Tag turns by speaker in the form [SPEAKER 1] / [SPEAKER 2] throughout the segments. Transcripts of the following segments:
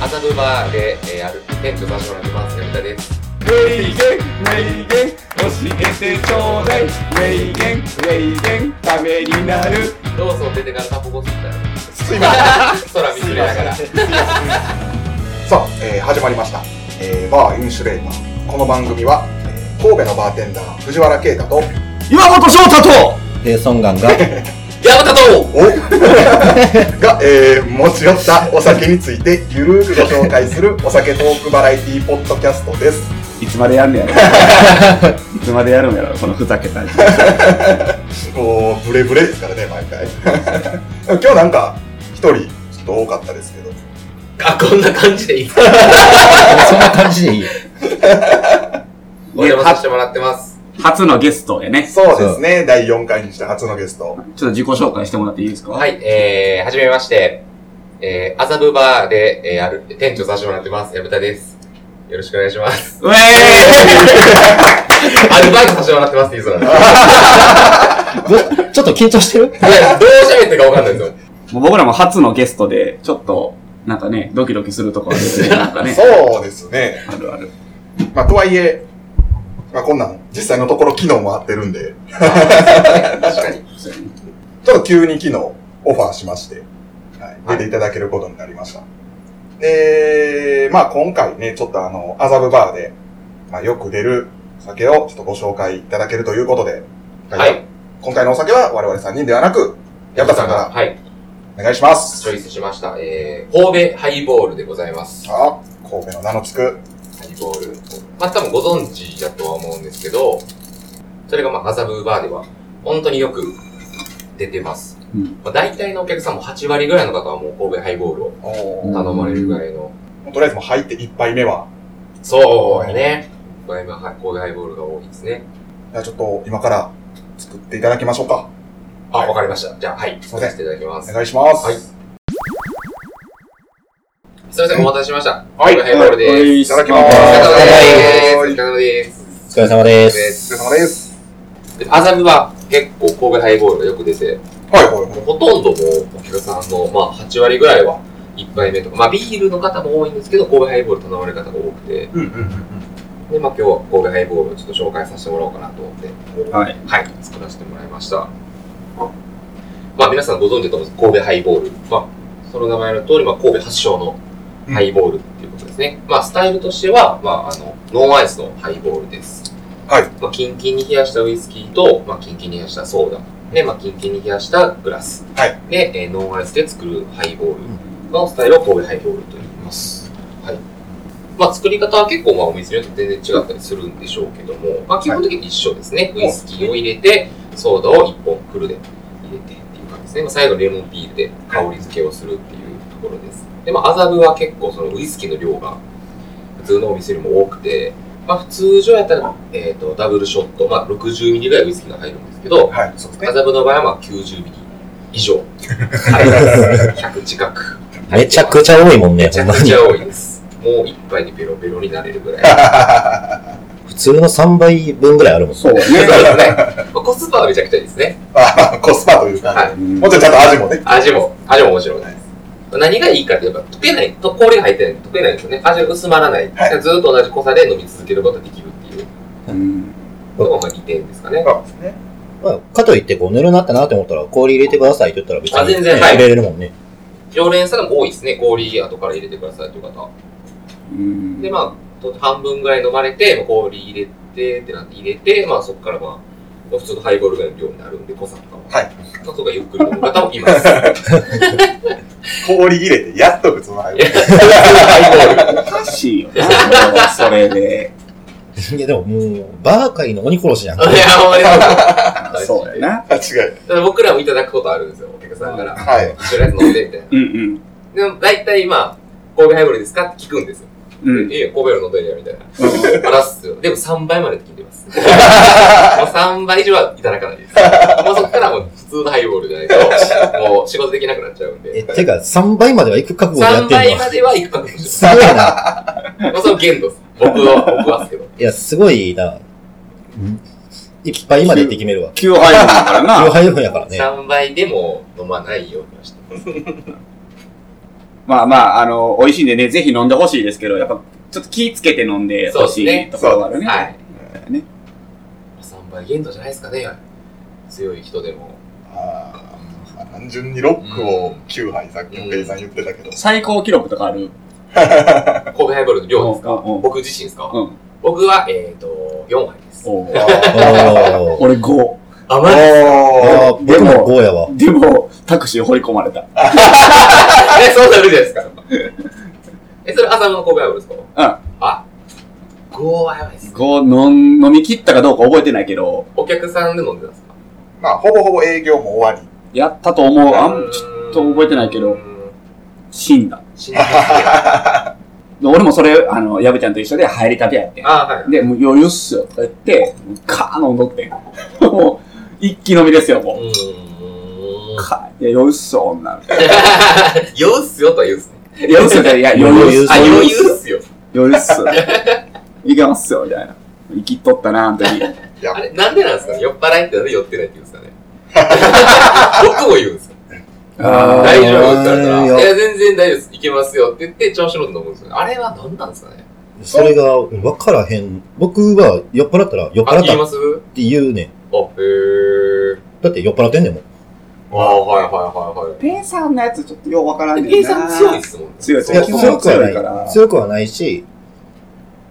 [SPEAKER 1] 麻布バーで、えー、あるテント場所のマンスの歌です。
[SPEAKER 2] レイゲンレイゲン教えてちょうだいレイゲンレイゲンためになる
[SPEAKER 1] ローソン出てからタバコ吸ったら、
[SPEAKER 3] すいません
[SPEAKER 1] 空見つめながら。
[SPEAKER 3] すいませんさあ、えー始まりました、えーバーインシュレーターこの番組はえー神戸のバーテンダー藤原啓太と
[SPEAKER 2] 岩本翔太と
[SPEAKER 4] 低尊願が
[SPEAKER 1] 山田と
[SPEAKER 3] お が、えー持ち寄ったお酒についてゆるーくご紹介 するお酒トークバラエティポッドキャストです
[SPEAKER 2] いつまでやん ねやろいつまでやるんやろこのふざけたり
[SPEAKER 3] もうブレブレですからね毎回 今日なんか一人ちょっと多かったですけど
[SPEAKER 1] あ、こんな感じでいい。
[SPEAKER 4] そんな感じでいいよ
[SPEAKER 1] お邪魔させてもらってます。
[SPEAKER 2] 初のゲストやね
[SPEAKER 3] そうですね第4回にして初のゲスト
[SPEAKER 2] ちょっと自己紹介してもらっていいですか
[SPEAKER 1] はいい、えー、はじめまして。えー、麻布バーで、えー、ある店長させてもらってます。山田です。よろしくお願いし ます。
[SPEAKER 2] うえ
[SPEAKER 1] アルバイトさせてもらってますって言いそうだな。い
[SPEAKER 4] ごちょっと緊張してる
[SPEAKER 1] や、どう喋ってるかわかんないですよ。
[SPEAKER 2] ーいもう僕らも初のゲストでちょっとなんかねドキドキするとこあるよ ねなんかね
[SPEAKER 3] そうですね
[SPEAKER 2] あるある
[SPEAKER 3] まあ、とはいえ、まあ、こんなん、実際のところ機能も合ってるんで、
[SPEAKER 1] 確かに。
[SPEAKER 2] そうやね
[SPEAKER 3] ちょっと急に機能オファーしまして、はい、
[SPEAKER 1] はい
[SPEAKER 3] 出ていただけることになりました。で、まあ、今回ね、ちょっとあの、麻布バーで、まあ、よく出る酒をちょっとご紹介いただけるということで、
[SPEAKER 1] はい。
[SPEAKER 3] 今回のお酒は我々3人ではなく、矢田さんから
[SPEAKER 1] はい。
[SPEAKER 3] お願いします
[SPEAKER 1] チ。ョイスしました。えー、神戸ハイボールでございます。ハ
[SPEAKER 3] さあ、神戸の名のつく、
[SPEAKER 1] イボール。まあ、多分ご存知だとは思うんですけど、それがまあ、麻布バーでは、本当によく出てます。
[SPEAKER 2] うん
[SPEAKER 1] まあ、大体のお客さんも8割ぐらいの方はもう神戸ハイボールを
[SPEAKER 3] おー
[SPEAKER 1] 頼まれるぐらいの。
[SPEAKER 3] とりあえずもう入って1杯目は、
[SPEAKER 1] そうやね。これ今、神戸ハイボールが多いですね。
[SPEAKER 3] じゃあちょっと今から作っていただきましょうか。
[SPEAKER 1] あ、
[SPEAKER 3] はい
[SPEAKER 1] わかりました。じゃあ、はい。
[SPEAKER 3] すいま
[SPEAKER 1] さ
[SPEAKER 3] せん
[SPEAKER 1] せていただきます
[SPEAKER 3] お。願いします。
[SPEAKER 1] はいすみません、お待たせしました。
[SPEAKER 3] は
[SPEAKER 1] 神
[SPEAKER 3] い
[SPEAKER 1] 戸ハイボールです。
[SPEAKER 3] いただきます
[SPEAKER 2] お
[SPEAKER 1] お疲れ様です。お疲れ様です。お疲れ様
[SPEAKER 3] はい
[SPEAKER 4] お疲れ様で
[SPEAKER 1] ですす
[SPEAKER 3] お疲れ様です。
[SPEAKER 1] で麻布は結構神戸ハイボールがよく出て、
[SPEAKER 3] はい、はい、
[SPEAKER 1] ほとんどもうお客さんの、まあ、8割ぐらいは1杯目とか、まあ、ビールの方も多いんですけど、神戸ハイボール頼まれる方が多くて、
[SPEAKER 3] うん、うん、うん。
[SPEAKER 1] で、まあ、今日は神戸ハイボールをちょっと紹介させてもらおうかなと思って、
[SPEAKER 2] はい
[SPEAKER 1] はい、作らせてもらいました。まあ、皆さんご存知だと思うんです神戸ハイボール。まあ、その名前の通り、まあ、神戸発祥のハイボールっていうことですね。まあ、スタイルとしては、まあ、あの、ノンアイスのハイボールです。
[SPEAKER 3] はい。
[SPEAKER 1] まあ、キンキンに冷やしたウイスキーと、まあ、キンキンに冷やしたソーダ。で、まあ、キンキンに冷やしたグラス。
[SPEAKER 3] はい。
[SPEAKER 1] で、えーノンアイスで作るハイボールのスタイルを神戸ハイボールと言います。はい。まあ、作り方は結構、まあ、お店によって全然違ったりするんでしょうけども、まあ、基本的に一緒ですね。
[SPEAKER 3] はい
[SPEAKER 1] ウイスキーを入れて、ソーダを1本フルで入れてっていう感じですね。まあ、最後レモンピールで香り付けをするっていうところです。で、まあ、麻布は結構そのウイスキーの量が普通のお店よりも多くて、まあ、普通常やったら、えっ、と、ダブルショット、まあ、60ミリぐらいウイスキーが入るんですけど、
[SPEAKER 3] はい、そうですね。
[SPEAKER 1] 麻布の場合はまあ90ミリ以 上入ります。100近く。
[SPEAKER 4] めちゃくちゃ多いもんね
[SPEAKER 1] めち
[SPEAKER 4] ほ
[SPEAKER 1] ゃ
[SPEAKER 4] んま
[SPEAKER 1] く
[SPEAKER 4] に
[SPEAKER 1] ちゃ多いです。もう一杯でベロベロになれる ぐらい。
[SPEAKER 4] 普通の3倍分ぐらいあるもん
[SPEAKER 2] そうね
[SPEAKER 1] そうですね。まあコスパはめちゃくちゃいいですね。
[SPEAKER 3] あコスパというか、
[SPEAKER 1] はい。
[SPEAKER 2] うん
[SPEAKER 3] もうちょっとちゃんと味もね。
[SPEAKER 1] 味も、味も面白くないです。何がいいかってやっぱ溶けない、と氷が入ってないと溶けないんですよね。味が薄まらない。
[SPEAKER 3] は
[SPEAKER 1] ずっと同じ濃さで飲み続けることができるっていう
[SPEAKER 2] うん
[SPEAKER 1] のがまあ2点ですかね。
[SPEAKER 3] そうですね。
[SPEAKER 4] まあかといってこうぬるなったなって思ったら氷入れてくださいって言ったら別
[SPEAKER 1] あ
[SPEAKER 4] に、
[SPEAKER 1] 全然
[SPEAKER 4] ね
[SPEAKER 1] はい
[SPEAKER 4] 入れれるもんね
[SPEAKER 1] 常連さんも多いですね。氷後から入れてくださいという方。
[SPEAKER 2] うん
[SPEAKER 1] で、まあ、と半分ぐらい飲まれて、まあ氷入れてってなって入れて、まあそこからまあ、普通のハイボールぐらいの量になるんで、濃さとかも。
[SPEAKER 3] はい。
[SPEAKER 1] まあそこがゆっくり飲む方もい ます。
[SPEAKER 3] 氷入れて、やっと普通の味。
[SPEAKER 2] おかしいよなそれで
[SPEAKER 4] いやでももうバー界の鬼殺しじゃん
[SPEAKER 1] いや、ほんまにそう。
[SPEAKER 2] そうやな
[SPEAKER 3] 間違い。
[SPEAKER 1] だから僕らもいただくことあるんですよ、お客さんから。
[SPEAKER 3] はい。
[SPEAKER 1] 一緒のやつ飲んでみたいな。
[SPEAKER 2] うんうん
[SPEAKER 1] でも、大体まあ、神戸ハイボールですかって聞くんですよ。
[SPEAKER 2] うん
[SPEAKER 1] いいよ、神戸ハイボール飲んでるよ、みたいな。
[SPEAKER 2] うん
[SPEAKER 1] 話すよ。でも3倍までって聞いて ます。もう3倍以上はいただかないです。もうそっからもう普通のハイボールじゃないと、もう仕事できなくなっちゃうん
[SPEAKER 4] え
[SPEAKER 1] で。
[SPEAKER 4] てか3倍までは行く覚悟でやっ
[SPEAKER 1] 3
[SPEAKER 4] て
[SPEAKER 1] 倍
[SPEAKER 4] る
[SPEAKER 1] ま
[SPEAKER 4] の
[SPEAKER 1] では行くかもしれない。
[SPEAKER 4] すごいな
[SPEAKER 1] まあ、その限度です。僕は、 僕はですけど。
[SPEAKER 4] いやすごいないっぱいまでって決めるわ
[SPEAKER 2] 9杯飲んだから な
[SPEAKER 4] 両。杯分やからね
[SPEAKER 1] 3倍でも飲まないようにはしてます。
[SPEAKER 2] まあまあ、あの、美味しいんでね、ぜひ飲んでほしいですけど、やっぱ、ちょっと気ぃつけて飲んでほし
[SPEAKER 1] そうです
[SPEAKER 2] い
[SPEAKER 1] ね
[SPEAKER 2] ところがあるね。
[SPEAKER 1] はい。
[SPEAKER 2] ね
[SPEAKER 1] 3倍限度じゃないですかね。強い人でも。
[SPEAKER 3] あーまあ単純にロックを9杯、さっきもペイさん言ってたけど、
[SPEAKER 2] 最高記録とかある
[SPEAKER 1] 神戸ハイボールの量ですか
[SPEAKER 2] かうん。
[SPEAKER 1] 僕自身ですか
[SPEAKER 2] うん
[SPEAKER 1] 僕は、えっと、4杯です。
[SPEAKER 2] おう
[SPEAKER 4] あ
[SPEAKER 2] 俺5。
[SPEAKER 1] あ、
[SPEAKER 3] お
[SPEAKER 1] マジ で
[SPEAKER 4] あ、
[SPEAKER 3] ー
[SPEAKER 4] 僕もゴーやわ。
[SPEAKER 2] でも、タクシー放り込まれた。
[SPEAKER 1] え、そうなるじゃないですか。 え、それ朝の神戸ハイボールですかうん。あ、5はやばいです。
[SPEAKER 2] 5飲ん飲み切ったかどうか覚えてないけど、
[SPEAKER 1] お客さんで飲んでたんですか
[SPEAKER 3] まあ、ほぼほぼ営業も終わり。
[SPEAKER 2] やったと思う。あ、
[SPEAKER 1] うん
[SPEAKER 2] ちょっと覚えてないけど
[SPEAKER 1] うん
[SPEAKER 2] 死んだ。
[SPEAKER 1] 死んでますね
[SPEAKER 2] 俺もそれ、あの、矢部ちゃんと一緒で入りたてやって。
[SPEAKER 1] あ、はい。
[SPEAKER 2] で、もう余裕っすよ。とか言って、カー飲んどって。もう、一気飲みですよ、もう。
[SPEAKER 1] うーん。
[SPEAKER 2] かいや、余裕っすよ、女。
[SPEAKER 1] 酔うっすよとは言うんです ね。
[SPEAKER 2] 余裕っすよ、みたいな。いや、
[SPEAKER 4] 余
[SPEAKER 2] 余裕
[SPEAKER 4] 裕っ
[SPEAKER 2] っ
[SPEAKER 4] す
[SPEAKER 2] す。
[SPEAKER 1] あ、
[SPEAKER 2] あ、
[SPEAKER 1] 余
[SPEAKER 2] 余
[SPEAKER 1] 裕
[SPEAKER 2] 裕
[SPEAKER 1] っ
[SPEAKER 2] っす。
[SPEAKER 1] すよ。
[SPEAKER 2] 余裕っす。 いけますよ、みたいな。生きっとったな、あの時。
[SPEAKER 3] いや
[SPEAKER 1] あ、れ、なんでなんですかね酔っ払いってなんで酔ってないって言うんですか ね僕も言うんですよ。
[SPEAKER 4] あー
[SPEAKER 1] 大丈夫って言われたら、
[SPEAKER 4] い
[SPEAKER 1] い
[SPEAKER 4] や
[SPEAKER 1] や、全然大丈夫です。いけますよって言って、調子乗って飲むんですよね。あれは何なんですかね
[SPEAKER 4] それが分からへん。僕は酔っ払ったら酔っ
[SPEAKER 1] あ、
[SPEAKER 4] 払っ
[SPEAKER 1] 言い
[SPEAKER 4] たっ
[SPEAKER 1] ますあ、
[SPEAKER 4] て言うねん。
[SPEAKER 1] へー。
[SPEAKER 4] だって酔っ払ってんねんもん。
[SPEAKER 1] あー、はいはいはいはい。
[SPEAKER 2] ペイさんのやつちょっとようわからんねんな。
[SPEAKER 1] ペイさん強いっすもんね。
[SPEAKER 2] 強い
[SPEAKER 4] いや、
[SPEAKER 2] 基本
[SPEAKER 4] 強くは
[SPEAKER 2] 強いか
[SPEAKER 4] な
[SPEAKER 2] ら
[SPEAKER 4] い。強くはないし、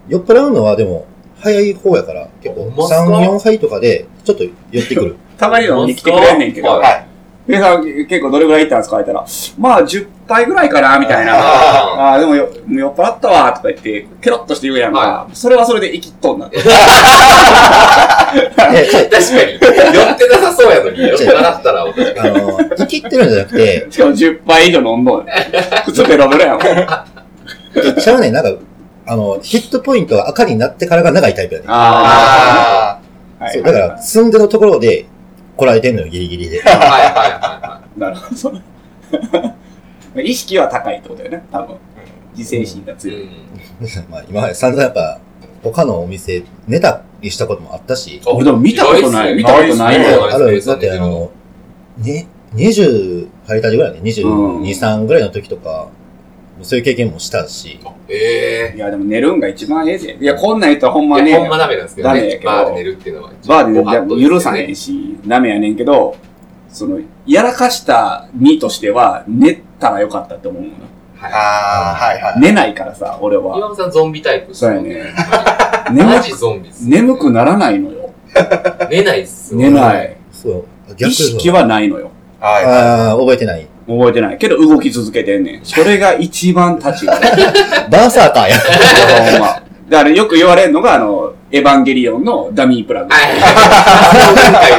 [SPEAKER 4] 酔っ払うのはでも、早い方やから、結構、
[SPEAKER 1] ほんまっすか
[SPEAKER 4] 3、4杯とかで、ちょっと寄ってくる。
[SPEAKER 2] たまに飲んできてくれんねんけど
[SPEAKER 1] は。
[SPEAKER 3] い。
[SPEAKER 2] ペイさん結構どれぐらい行ったんですか言ったら、まあ10杯ぐらいかな、みたいな。
[SPEAKER 1] あ
[SPEAKER 2] ああ、でもよもう酔っ払ったわ、とか言って、ケロッとして言うやんか。
[SPEAKER 1] は
[SPEAKER 2] それはそれで生きっとんな。
[SPEAKER 1] ー確かに。酔
[SPEAKER 4] え、そう
[SPEAKER 1] ってなさそうやの に、酔ってなかったら、確かに
[SPEAKER 4] あの、生きってるんじゃなくて、
[SPEAKER 2] しかも10杯以上飲んどんねん。普通ベロベロやもん。あ
[SPEAKER 4] えちゃうねん、なんか、あの、ヒットポイントが赤になってからが長いタイプやねん。
[SPEAKER 2] あー。
[SPEAKER 3] あ
[SPEAKER 2] は
[SPEAKER 4] そう
[SPEAKER 2] い。
[SPEAKER 4] だから、積んでのところで、こられてんのよ、ギリギリで。
[SPEAKER 1] はいはい はいはい。
[SPEAKER 2] なるほど。その意識は高いってことだよね、多分。自制心が強い。
[SPEAKER 1] う
[SPEAKER 4] まあ、今まで散々やっぱ、他のお店、寝たりしたこともあったし、
[SPEAKER 1] ん
[SPEAKER 2] 俺でも見たことない
[SPEAKER 1] 意
[SPEAKER 2] 見た
[SPEAKER 1] 外
[SPEAKER 2] こ
[SPEAKER 1] っ
[SPEAKER 2] と
[SPEAKER 1] すね
[SPEAKER 2] ない
[SPEAKER 1] 意
[SPEAKER 2] わ
[SPEAKER 1] 外っ
[SPEAKER 4] あ
[SPEAKER 1] すね
[SPEAKER 4] る、だってあの、ね、20入りたてぐらいね、22、
[SPEAKER 2] うん
[SPEAKER 4] 3ぐらいの時とか、そういう経験もしたし、
[SPEAKER 1] え
[SPEAKER 2] いや、でも寝るんが一番ええぜ。いや、こんなん言ったらほん
[SPEAKER 1] え
[SPEAKER 2] ま
[SPEAKER 1] い
[SPEAKER 2] ね
[SPEAKER 1] や、ほんまダメなんですけど
[SPEAKER 2] ダメや
[SPEAKER 1] ね。
[SPEAKER 2] けど
[SPEAKER 1] バーで寝るっていうのは。
[SPEAKER 2] バーで
[SPEAKER 1] ご
[SPEAKER 2] い
[SPEAKER 1] 法
[SPEAKER 2] や
[SPEAKER 1] 度
[SPEAKER 2] 許
[SPEAKER 1] ですよ
[SPEAKER 2] さ
[SPEAKER 1] ね
[SPEAKER 2] へんし、ダメやねんけど、その、やらかした身としては、寝たらよかったって思うもんな。
[SPEAKER 3] あ、ああ、はいはい。
[SPEAKER 2] 寝ないからさ、俺は。
[SPEAKER 1] 岩本さんゾンビタイプっす
[SPEAKER 2] そう
[SPEAKER 1] も
[SPEAKER 2] や
[SPEAKER 1] んね。
[SPEAKER 2] ね。
[SPEAKER 1] マ
[SPEAKER 2] 眠
[SPEAKER 1] ジ
[SPEAKER 2] く、
[SPEAKER 1] ゾンビっす。
[SPEAKER 2] 眠くならないのよ。
[SPEAKER 1] 寝ないっす。
[SPEAKER 2] 寝な。い。
[SPEAKER 4] そう、逆
[SPEAKER 2] 意識はないのよ。
[SPEAKER 3] はい。
[SPEAKER 4] ああ、覚えてない。
[SPEAKER 2] 覚えてない。けど動き続けてんねん。それが一番立ちが悪い。
[SPEAKER 4] バーサーカーや。
[SPEAKER 2] ほんま。だからよく言われるのが、あの、エヴァンゲリオンのダミープラグ。
[SPEAKER 1] はい。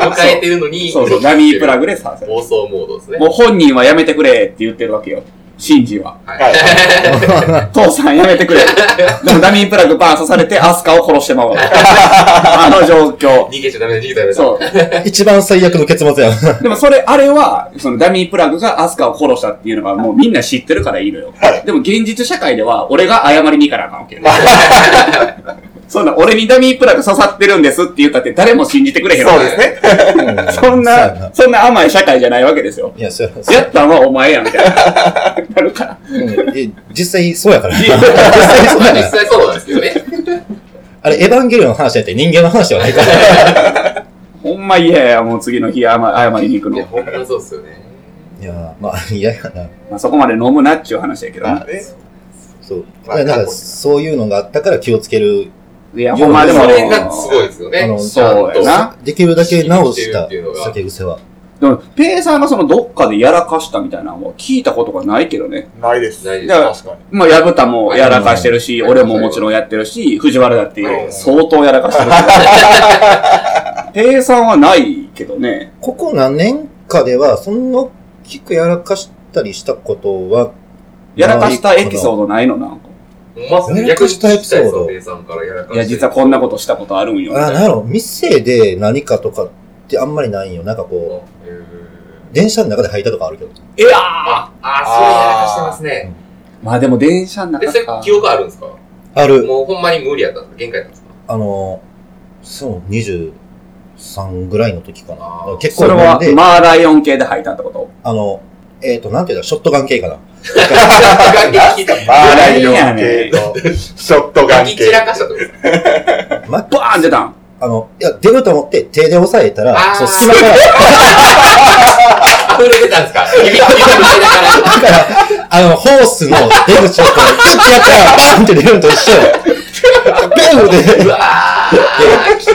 [SPEAKER 1] 今回迎えてるのに、
[SPEAKER 2] そうそう、ダミープラグでさ、
[SPEAKER 1] 妄想モードですね。
[SPEAKER 2] もう本人はやめてくれって言ってるわけよ。シンジは。
[SPEAKER 1] はい。
[SPEAKER 2] 父さんやめてくれ。でもダミープラグバーン刺されてアスカを殺してまう わけあの状況。
[SPEAKER 1] 逃げちゃダメだ、逃げちゃダメだ。
[SPEAKER 2] そう。
[SPEAKER 4] 一番最悪の結末や。
[SPEAKER 2] でもそれ、あれは、そのダミープラグがアスカを殺したっていうのがもうみんな知ってるからいいのよ。でも現実社会では俺が謝りに行かなあかんわけ よ。そんな、俺にダミープラグ刺さってるんですって言ったって誰も信じてくれへんわ
[SPEAKER 3] そ
[SPEAKER 2] け
[SPEAKER 3] うですね。
[SPEAKER 2] そん
[SPEAKER 4] そうやな
[SPEAKER 2] な、そんな甘い社会じゃないわけですよ。
[SPEAKER 4] いや、そうや
[SPEAKER 2] やったんはお前やんみたいな。なるから。
[SPEAKER 4] うんえ実際そうやから。実
[SPEAKER 2] や
[SPEAKER 4] 際そうやか
[SPEAKER 1] 実
[SPEAKER 4] ら。
[SPEAKER 1] 際そうなんですけどね。
[SPEAKER 4] あれ、エヴァンゲリオンの話やって人間の話ではないから。
[SPEAKER 2] ほんま嫌や、もう次の日謝謝りに行く
[SPEAKER 1] いや、
[SPEAKER 2] の。
[SPEAKER 1] ほんまそうっすよね。
[SPEAKER 4] いや、まあ、嫌やな。
[SPEAKER 2] まあ、そこまで飲むなっちゅう話やけどな。
[SPEAKER 4] そう。
[SPEAKER 3] まあ
[SPEAKER 4] なん
[SPEAKER 3] 過去に
[SPEAKER 4] か、そういうのがあったから気をつける。
[SPEAKER 2] いや、ほんまでも
[SPEAKER 1] そ、れがすごいですよ
[SPEAKER 4] あの
[SPEAKER 1] ね。
[SPEAKER 2] そうやな。
[SPEAKER 4] できるだけ直した酒癖は。
[SPEAKER 2] でも、ペイさんがそのどっかでやらかしたみたいなのは聞いたことがないけどね。
[SPEAKER 3] ないです。
[SPEAKER 1] ないです
[SPEAKER 2] だから
[SPEAKER 3] 確かに。
[SPEAKER 2] まあ、矢蓋もやらかしてるし、
[SPEAKER 1] うん
[SPEAKER 2] 俺ももちろんやってるし、藤原だっ
[SPEAKER 3] う
[SPEAKER 2] て
[SPEAKER 3] ん
[SPEAKER 2] 相当やらかしてるけど。ペイさんはないけどね。
[SPEAKER 4] ここ何年かでは、そんな大きくやらかしたりしたことは、
[SPEAKER 2] やらかしたエピソー
[SPEAKER 4] ー
[SPEAKER 2] ドないのなんか。
[SPEAKER 1] まず
[SPEAKER 4] やらかしたエピソード
[SPEAKER 1] さんからやらかした
[SPEAKER 2] いや、実はこんなことしたことあるんよ。み
[SPEAKER 4] あ、
[SPEAKER 2] たい
[SPEAKER 4] なん
[SPEAKER 2] な
[SPEAKER 4] やろ、店で何かとかってあんまりないんよ。なんかこ
[SPEAKER 1] へー
[SPEAKER 4] う、電車の中で吐いたとかあるけど。
[SPEAKER 2] いやー
[SPEAKER 1] あ、あ、そういうやらかして
[SPEAKER 2] まあでも電車の
[SPEAKER 1] ますね。え、そ
[SPEAKER 2] 中
[SPEAKER 1] れ
[SPEAKER 2] か
[SPEAKER 1] 記憶あるんですかも
[SPEAKER 4] ある、
[SPEAKER 1] うほんまに無理やったんですか限界だったんですか
[SPEAKER 4] あの、そう、23ぐらいの時か
[SPEAKER 1] あ
[SPEAKER 4] な。
[SPEAKER 1] ー
[SPEAKER 4] 結
[SPEAKER 2] そ
[SPEAKER 4] 構
[SPEAKER 2] れ
[SPEAKER 4] 飲ん
[SPEAKER 2] は
[SPEAKER 4] で、
[SPEAKER 2] マーライオン系で入ったってこと
[SPEAKER 4] あの、えっ、と、なんていうんだ、ショットガン系かな。
[SPEAKER 3] マーライオ
[SPEAKER 2] や
[SPEAKER 3] ン
[SPEAKER 2] ね
[SPEAKER 3] 系
[SPEAKER 2] ん
[SPEAKER 3] と、ショットガン
[SPEAKER 1] き散
[SPEAKER 3] 系。
[SPEAKER 1] らかしたってことですか
[SPEAKER 4] ま、
[SPEAKER 2] バーン出たん
[SPEAKER 4] あの、いや、出ると思って手で押さえた
[SPEAKER 1] あ
[SPEAKER 4] ら、
[SPEAKER 1] ー
[SPEAKER 4] そう、隙間から、
[SPEAKER 1] あ、溢れてたんです か指、指向けながら。
[SPEAKER 4] だから、あの、ホースの出口をこう、口やったら、バーンって出るのと一緒。ペンで、
[SPEAKER 1] うわー、きつ。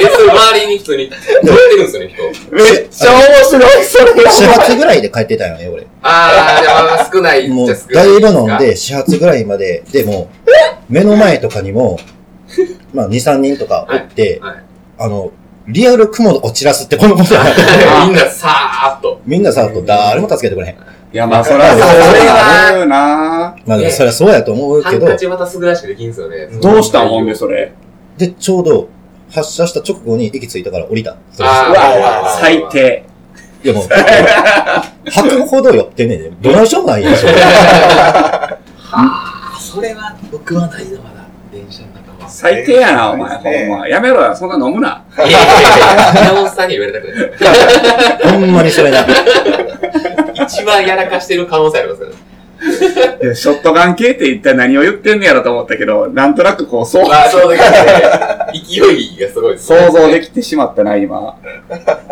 [SPEAKER 1] え、それ周りに普通に、乗ってるんですよね、人。
[SPEAKER 2] めっちゃ面白い、それ
[SPEAKER 4] 始発ぐらいで帰ってたよね、俺。
[SPEAKER 1] あー、じゃあ少ない
[SPEAKER 4] もう、
[SPEAKER 1] じゃ少
[SPEAKER 4] だいぶ
[SPEAKER 1] ない。
[SPEAKER 4] 飲んで、始発ぐらいまで、でも、目の前とかにも、まあ、2、3人とかおって、
[SPEAKER 1] はいはい
[SPEAKER 4] あの、リアル雲を散らすってこのことやな。
[SPEAKER 1] みんなさーっと。
[SPEAKER 4] みんなさ、誰も助けてくれへん。
[SPEAKER 2] いや、まあ、そら、 そうだよな
[SPEAKER 4] まあ、でもそれはそうやと思う
[SPEAKER 1] ハ
[SPEAKER 4] け
[SPEAKER 1] ン
[SPEAKER 4] ど
[SPEAKER 1] カ、チ渡すぐらいしかできんすよね。
[SPEAKER 2] どうしたんほんで、それ。
[SPEAKER 4] で、ちょうど、発射した直後に息ついたから降りた。そう
[SPEAKER 1] あー
[SPEAKER 2] うわ最低。
[SPEAKER 4] いやもう、 吐くほど酔ってんねんで、どないしょうもないでしょ。
[SPEAKER 1] あーそれは僕はないな、まだ。電車の中は。
[SPEAKER 2] 最低やな、お前。ほんま。やめろよ、そんな飲むな。
[SPEAKER 1] いやいやいや、山本さんには言われたく
[SPEAKER 4] ほんまにそれな。
[SPEAKER 1] ない。一番やらかしてる可能性ありますよ ね。
[SPEAKER 2] いやショットガン系って一体何を言ってんのやろと思ったけど、なんとなくこう、そう、
[SPEAKER 1] まあ、そうだけどね、勢いがすごいですね。
[SPEAKER 2] 想像できてしまったな、今。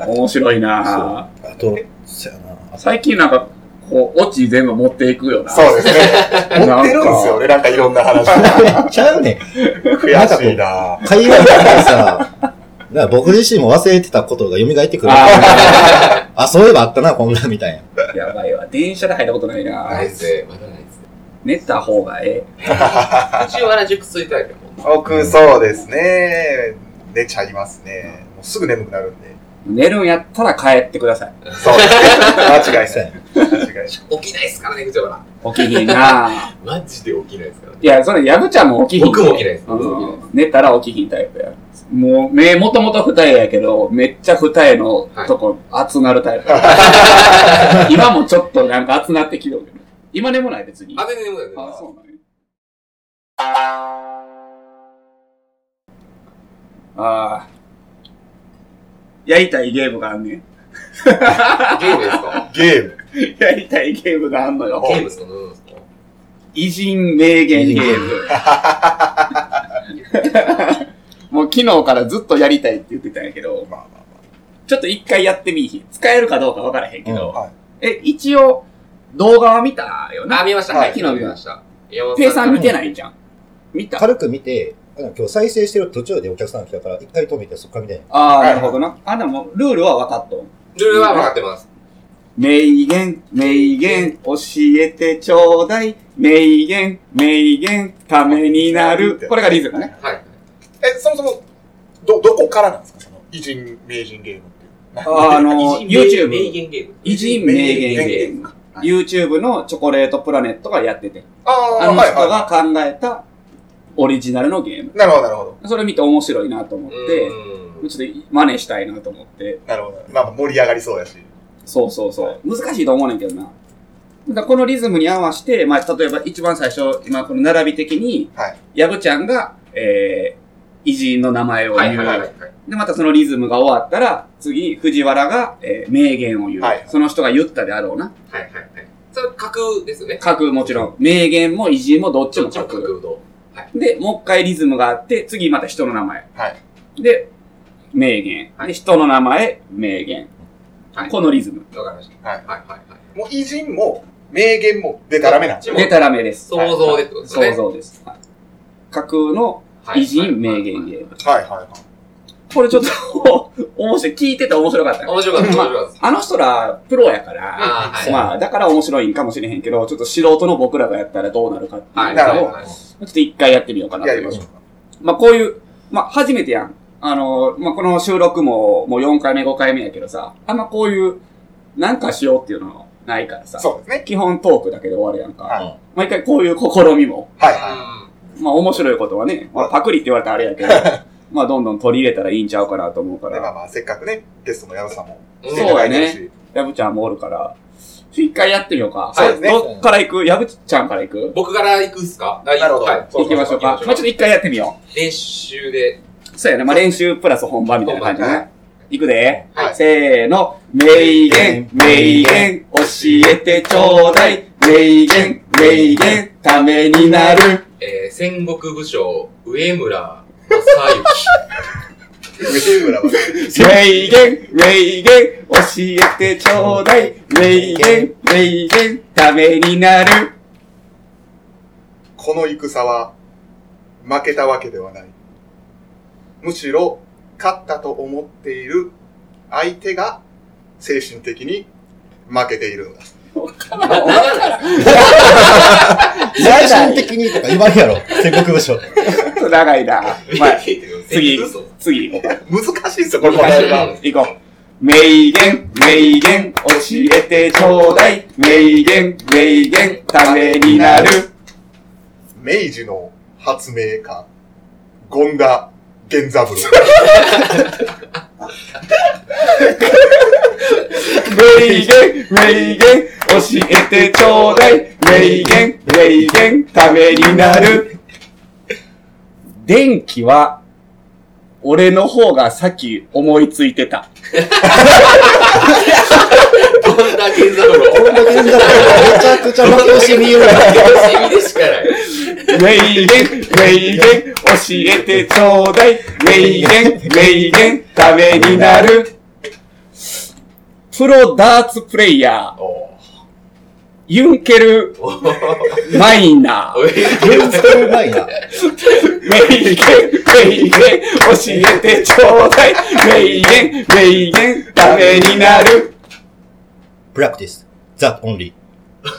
[SPEAKER 2] 面白いな
[SPEAKER 4] あと、そやな。
[SPEAKER 2] 最近なんか、こう、オチ全部持っていくよな。
[SPEAKER 3] そうですね。持ってるんですよね、なんかいろんな 話。
[SPEAKER 4] ちゃうねん。
[SPEAKER 3] 悔しいな
[SPEAKER 4] 会話の中でさ、だから僕自身も忘れてたことが蘇ってくる。
[SPEAKER 2] あ
[SPEAKER 4] あ、そういえばあったな、こんなんみたいな。
[SPEAKER 2] あ、やばいわ。電車で入ったことないな
[SPEAKER 1] ないですね、まだないですね。
[SPEAKER 2] 寝た方がえ
[SPEAKER 1] 一応原宿ついたいけど、も
[SPEAKER 3] 僕、そうですね。寝ちゃいますね。もうすぐ眠くなるんで。
[SPEAKER 2] え。寝るんやったら帰ってください。
[SPEAKER 3] そうですね。間違い
[SPEAKER 4] そう
[SPEAKER 3] ない。
[SPEAKER 4] やね
[SPEAKER 3] 間違いない。
[SPEAKER 1] う起きないですからね、口は。
[SPEAKER 2] 起きひんな
[SPEAKER 1] マジで起きないですからね。
[SPEAKER 2] いや、それ、やぶちゃんも起きひん。
[SPEAKER 1] 僕も起きないです
[SPEAKER 2] うん
[SPEAKER 1] 僕も起きない
[SPEAKER 2] 寝たら起きひんタイプや。もう、目、もともと二重やけど、めっちゃ二重のとこ、熱なるタイ プ。今もちょっとなんか熱なってきてるけど。今でもない、別に。
[SPEAKER 1] あ、全然眠くない
[SPEAKER 2] あそうなんやああ。やりたいゲームがあんねん。
[SPEAKER 1] ゲームですか
[SPEAKER 3] ゲーム。
[SPEAKER 2] やりたいゲームがあんのよ
[SPEAKER 1] ゲ。ームですか何ですか
[SPEAKER 2] 偉人名言ゲーム。もう昨日からずっとやりたいって言ってたんやけど、
[SPEAKER 3] まあまあ
[SPEAKER 2] ちょっと一回やってみいひん。使えるかどうかわからへんけど、
[SPEAKER 4] うん
[SPEAKER 3] はい
[SPEAKER 2] え、一応動画は見たよ
[SPEAKER 1] あ、
[SPEAKER 2] な。
[SPEAKER 1] 見ました。
[SPEAKER 3] は
[SPEAKER 1] はいい、昨日見ました。山
[SPEAKER 2] ペイ
[SPEAKER 1] 本
[SPEAKER 2] さん見てないじゃん。見た
[SPEAKER 4] 軽く見て、あ今日再生してる途中でお客さん来たから、一回止めてそっから見て。
[SPEAKER 2] ああ、なるほどな。あ、でも、ルールは分かっとん。
[SPEAKER 1] ルールは分かってます。
[SPEAKER 2] 名言、名言、教えてちょうだい。名言、名言、ためになる。これがリズムね。
[SPEAKER 1] はい。
[SPEAKER 3] え、そもそも、ど、どこからなんですかその、偉人、名人ゲームっていう。
[SPEAKER 2] あの、YouTube。
[SPEAKER 1] 名言ゲーム。
[SPEAKER 2] 偉人名言ゲーム。YouTube のチョコレートプラネットがやってて、
[SPEAKER 3] ああ、
[SPEAKER 2] あ
[SPEAKER 3] はい
[SPEAKER 2] の人
[SPEAKER 3] は
[SPEAKER 2] が考えたオリジナルのゲーム。
[SPEAKER 3] い。なるほど、なるほど。
[SPEAKER 2] それ見て面白いなと思って、
[SPEAKER 1] う
[SPEAKER 2] ちょっと真似したいなと思って、
[SPEAKER 3] なるほど。まあ、盛り上がりそうやし。
[SPEAKER 2] そうそうそう。難しいと思うねんけどな。だからこのリズムに合わせて、まあ、例えば一番最初、今この並び的に、
[SPEAKER 3] はい
[SPEAKER 2] やぶちゃんが、えー、偉人の名前を
[SPEAKER 1] ん
[SPEAKER 2] 言
[SPEAKER 1] はい
[SPEAKER 2] う。
[SPEAKER 1] はいはいはい。
[SPEAKER 2] で、またそのリズムが終わったら、次、藤原が、えー名言を言う、
[SPEAKER 3] はい
[SPEAKER 2] その人が言ったであろうな。
[SPEAKER 1] はいはいはい。それ、架空ですよね。
[SPEAKER 2] 書くもちろん。名言も偉人もどっちも書
[SPEAKER 1] 架
[SPEAKER 2] く。
[SPEAKER 1] 空の。
[SPEAKER 2] で、もう一回リズムがあって、次また人の名前。
[SPEAKER 3] は
[SPEAKER 2] で、名言。で、人の名前、名言。
[SPEAKER 1] はい
[SPEAKER 2] このリズム。
[SPEAKER 1] わかりました。
[SPEAKER 3] はい
[SPEAKER 1] はいはいはい。
[SPEAKER 3] もう、偉人も、名言も、でたらめなんです
[SPEAKER 1] でも
[SPEAKER 2] でたらめです。
[SPEAKER 1] 想像でってことですね。
[SPEAKER 2] 想像です。はい架空の
[SPEAKER 1] はい
[SPEAKER 2] 偉人名言ゲーム。
[SPEAKER 3] はいはいはい。
[SPEAKER 2] これちょっと、 面白い。聞いてて面白かったよ。
[SPEAKER 1] 面白かった、面
[SPEAKER 2] ま
[SPEAKER 1] 白かったです。
[SPEAKER 2] あの人ら、プロやから、
[SPEAKER 1] あーはい
[SPEAKER 2] まあ、だから面白いんかもしれへんけど、ちょっと素人の僕らがやったらどうなるかって
[SPEAKER 1] はいい。
[SPEAKER 2] うのを、
[SPEAKER 3] なるほど
[SPEAKER 1] はい
[SPEAKER 2] ちょっと一回やってみようかなと
[SPEAKER 3] や
[SPEAKER 2] い
[SPEAKER 3] り
[SPEAKER 2] う
[SPEAKER 3] ましょうか。
[SPEAKER 2] まあ、こういう、まあ、初めてやん。あの、まあ、この収録も、もう4回目、5回目やけどさ、あんまこういう、なんかしようっていうのないからさ、
[SPEAKER 3] そうですね。
[SPEAKER 2] 基本トークだけで終わるやんか。
[SPEAKER 3] はい
[SPEAKER 2] 毎回こういう試みも、
[SPEAKER 3] はいは
[SPEAKER 2] まあ、面白いことはね、まあ、パクリって言われたらあれや けど、まあ、どんどん取り入れたらいいんちゃうかなと思うか
[SPEAKER 3] い。で、まあ
[SPEAKER 2] ら、
[SPEAKER 3] まあ、せっかくね、ゲストの矢野さんも
[SPEAKER 1] うん
[SPEAKER 3] 来ていただいてるし。
[SPEAKER 2] ヤブちゃんもおるから、一回やってみようか。
[SPEAKER 3] そうですね
[SPEAKER 2] どっから行くヤブちゃんから行く
[SPEAKER 1] 僕から行くっすかな
[SPEAKER 3] なるほど
[SPEAKER 1] はい。
[SPEAKER 3] そう
[SPEAKER 2] 行きましょうか。まあ、ちょっと一回やってみよ
[SPEAKER 1] 練習で。
[SPEAKER 2] う。そうやね。まあ、練習プラス本番みたいな感じ
[SPEAKER 3] 本
[SPEAKER 2] ね。行くで。
[SPEAKER 3] はい
[SPEAKER 2] せーの。名言、名言、教えてちょうだい。名言、名言、ためになる。
[SPEAKER 1] えー、戦国武将、上村正幸。
[SPEAKER 3] 上村まで。
[SPEAKER 2] 名言、名言、教えてちょうだい。名言、名言、ためになる。
[SPEAKER 3] この戦は負けたわけではない。むしろ勝ったと思っている相手が精神的に負けているのだ。
[SPEAKER 4] 精神的にとか言わんやろ。戦国武将。
[SPEAKER 2] 長いな。まあ、次
[SPEAKER 1] 嘘、
[SPEAKER 2] 次行こ
[SPEAKER 3] 難しいですよ、こ
[SPEAKER 2] う。
[SPEAKER 3] れ
[SPEAKER 2] 行こ
[SPEAKER 3] 答えが。
[SPEAKER 2] う。行こう。名言、名言、教えてちょうだい。名言、名言、ためになる。
[SPEAKER 3] 明治の発明家、権田源三郎。
[SPEAKER 2] 名言、名言、教えてちょうだい。名言、名言、ためになる。電気は、俺の方がさっき思いついてた。
[SPEAKER 1] どんだけだろ
[SPEAKER 4] こんだけ言うんだったらめちゃくちゃ負け惜しみ言うな。
[SPEAKER 1] う。地味でしかない。
[SPEAKER 2] 名言、名言、教えてちょうだい。名言、名言、ためになる。プロダーツプレイヤー、
[SPEAKER 1] お
[SPEAKER 2] ユンケル・マイナー。
[SPEAKER 4] 全然うまい
[SPEAKER 2] 名
[SPEAKER 4] な。
[SPEAKER 2] 言、名言、教えてちょうだい。名言、名言、ためになる。
[SPEAKER 4] プラクティス。ザ・オンリ
[SPEAKER 2] どう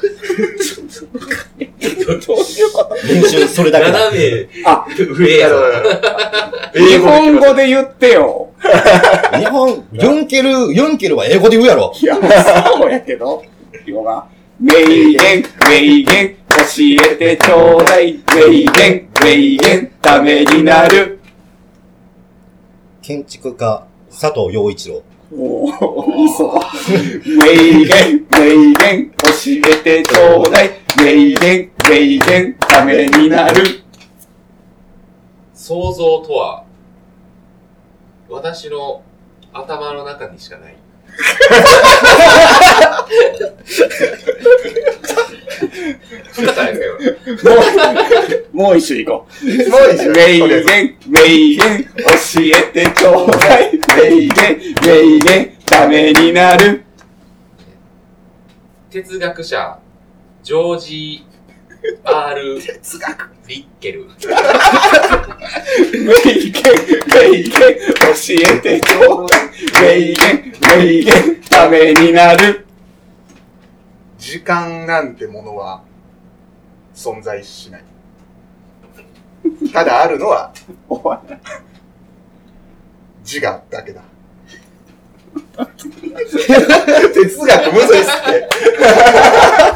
[SPEAKER 2] いうこと
[SPEAKER 4] ー。練習それだけだ。
[SPEAKER 1] 斜め
[SPEAKER 2] あ、
[SPEAKER 1] 上やろ。
[SPEAKER 2] 日本語で言ってよ。
[SPEAKER 4] 日本、4ケル、4ケルは英語で言うやろ。
[SPEAKER 2] いや、そうやけど。よが。名言、名言、教えてちょうだい。名言、名言、ためになる。
[SPEAKER 4] 建築家、佐藤洋一郎。
[SPEAKER 2] おお、嘘。名言、名言、教えてちょうだい。名言、名言、ためになる。
[SPEAKER 1] 想像とは、私の頭の中にしかない。深かないですか
[SPEAKER 2] もう、もう一緒に行こう。
[SPEAKER 3] すごいですよ
[SPEAKER 2] 名
[SPEAKER 3] とりあえ
[SPEAKER 2] 言
[SPEAKER 3] ず、
[SPEAKER 2] 名言、教えてちょうだい。名言、名言、ためになる。
[SPEAKER 1] 哲学者、ジョージ・ R ・哲学リッケル。
[SPEAKER 2] 名言、名言、教えてちょうだい。名言、名言、ためになる。
[SPEAKER 3] 時間なんてものは存在しない。ただあるのは
[SPEAKER 2] お前
[SPEAKER 3] 自我だけだ。 哲学むずいっすって。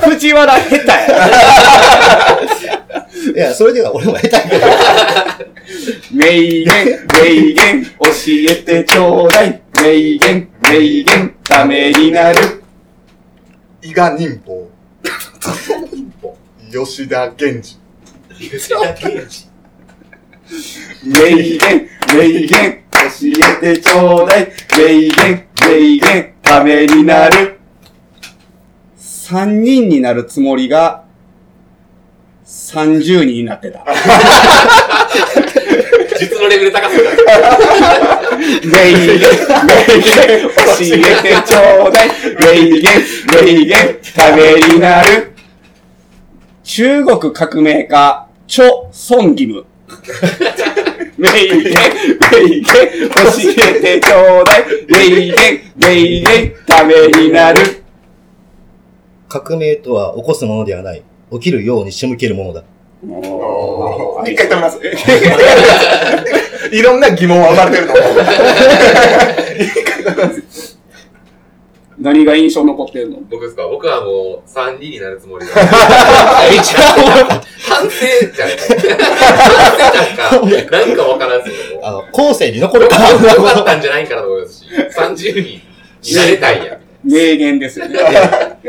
[SPEAKER 2] 藤原下手や。
[SPEAKER 4] いや、それでは俺も下手やけど。
[SPEAKER 2] 名言、名言、教えてちょうだい。名言、名言、ためになる。
[SPEAKER 3] 伊賀忍法。吉田源氏。
[SPEAKER 1] 吉田健治。
[SPEAKER 2] 名言、名言、教えてちょうだい。名言、名言、ためになる。三人になるつもりが、三十人になってた。
[SPEAKER 1] 実のレベル高すぎた。
[SPEAKER 2] 名言、名言、教えてちょうだい。名言、名言、ためになる。中国革命家、チョ・ソンギム。名言、名言、教えてちょうだい。名言、名言、ためになる。
[SPEAKER 4] 革命とは起こすものではない。起きるように仕向けるものだ。
[SPEAKER 3] 一回止めます。 いろんな疑問は生まれてると思う。
[SPEAKER 2] 何が印象残ってるの
[SPEAKER 1] 僕ですか僕はもう3人になるつもりだ。反省じゃない反省なんか、なんかわからんすけども。
[SPEAKER 4] あの、後世に残
[SPEAKER 1] よ
[SPEAKER 4] る
[SPEAKER 1] か
[SPEAKER 4] か。
[SPEAKER 1] ったんじゃないんかなと思いますし、30人になれたいや、みたいな。
[SPEAKER 2] 名言ですよね。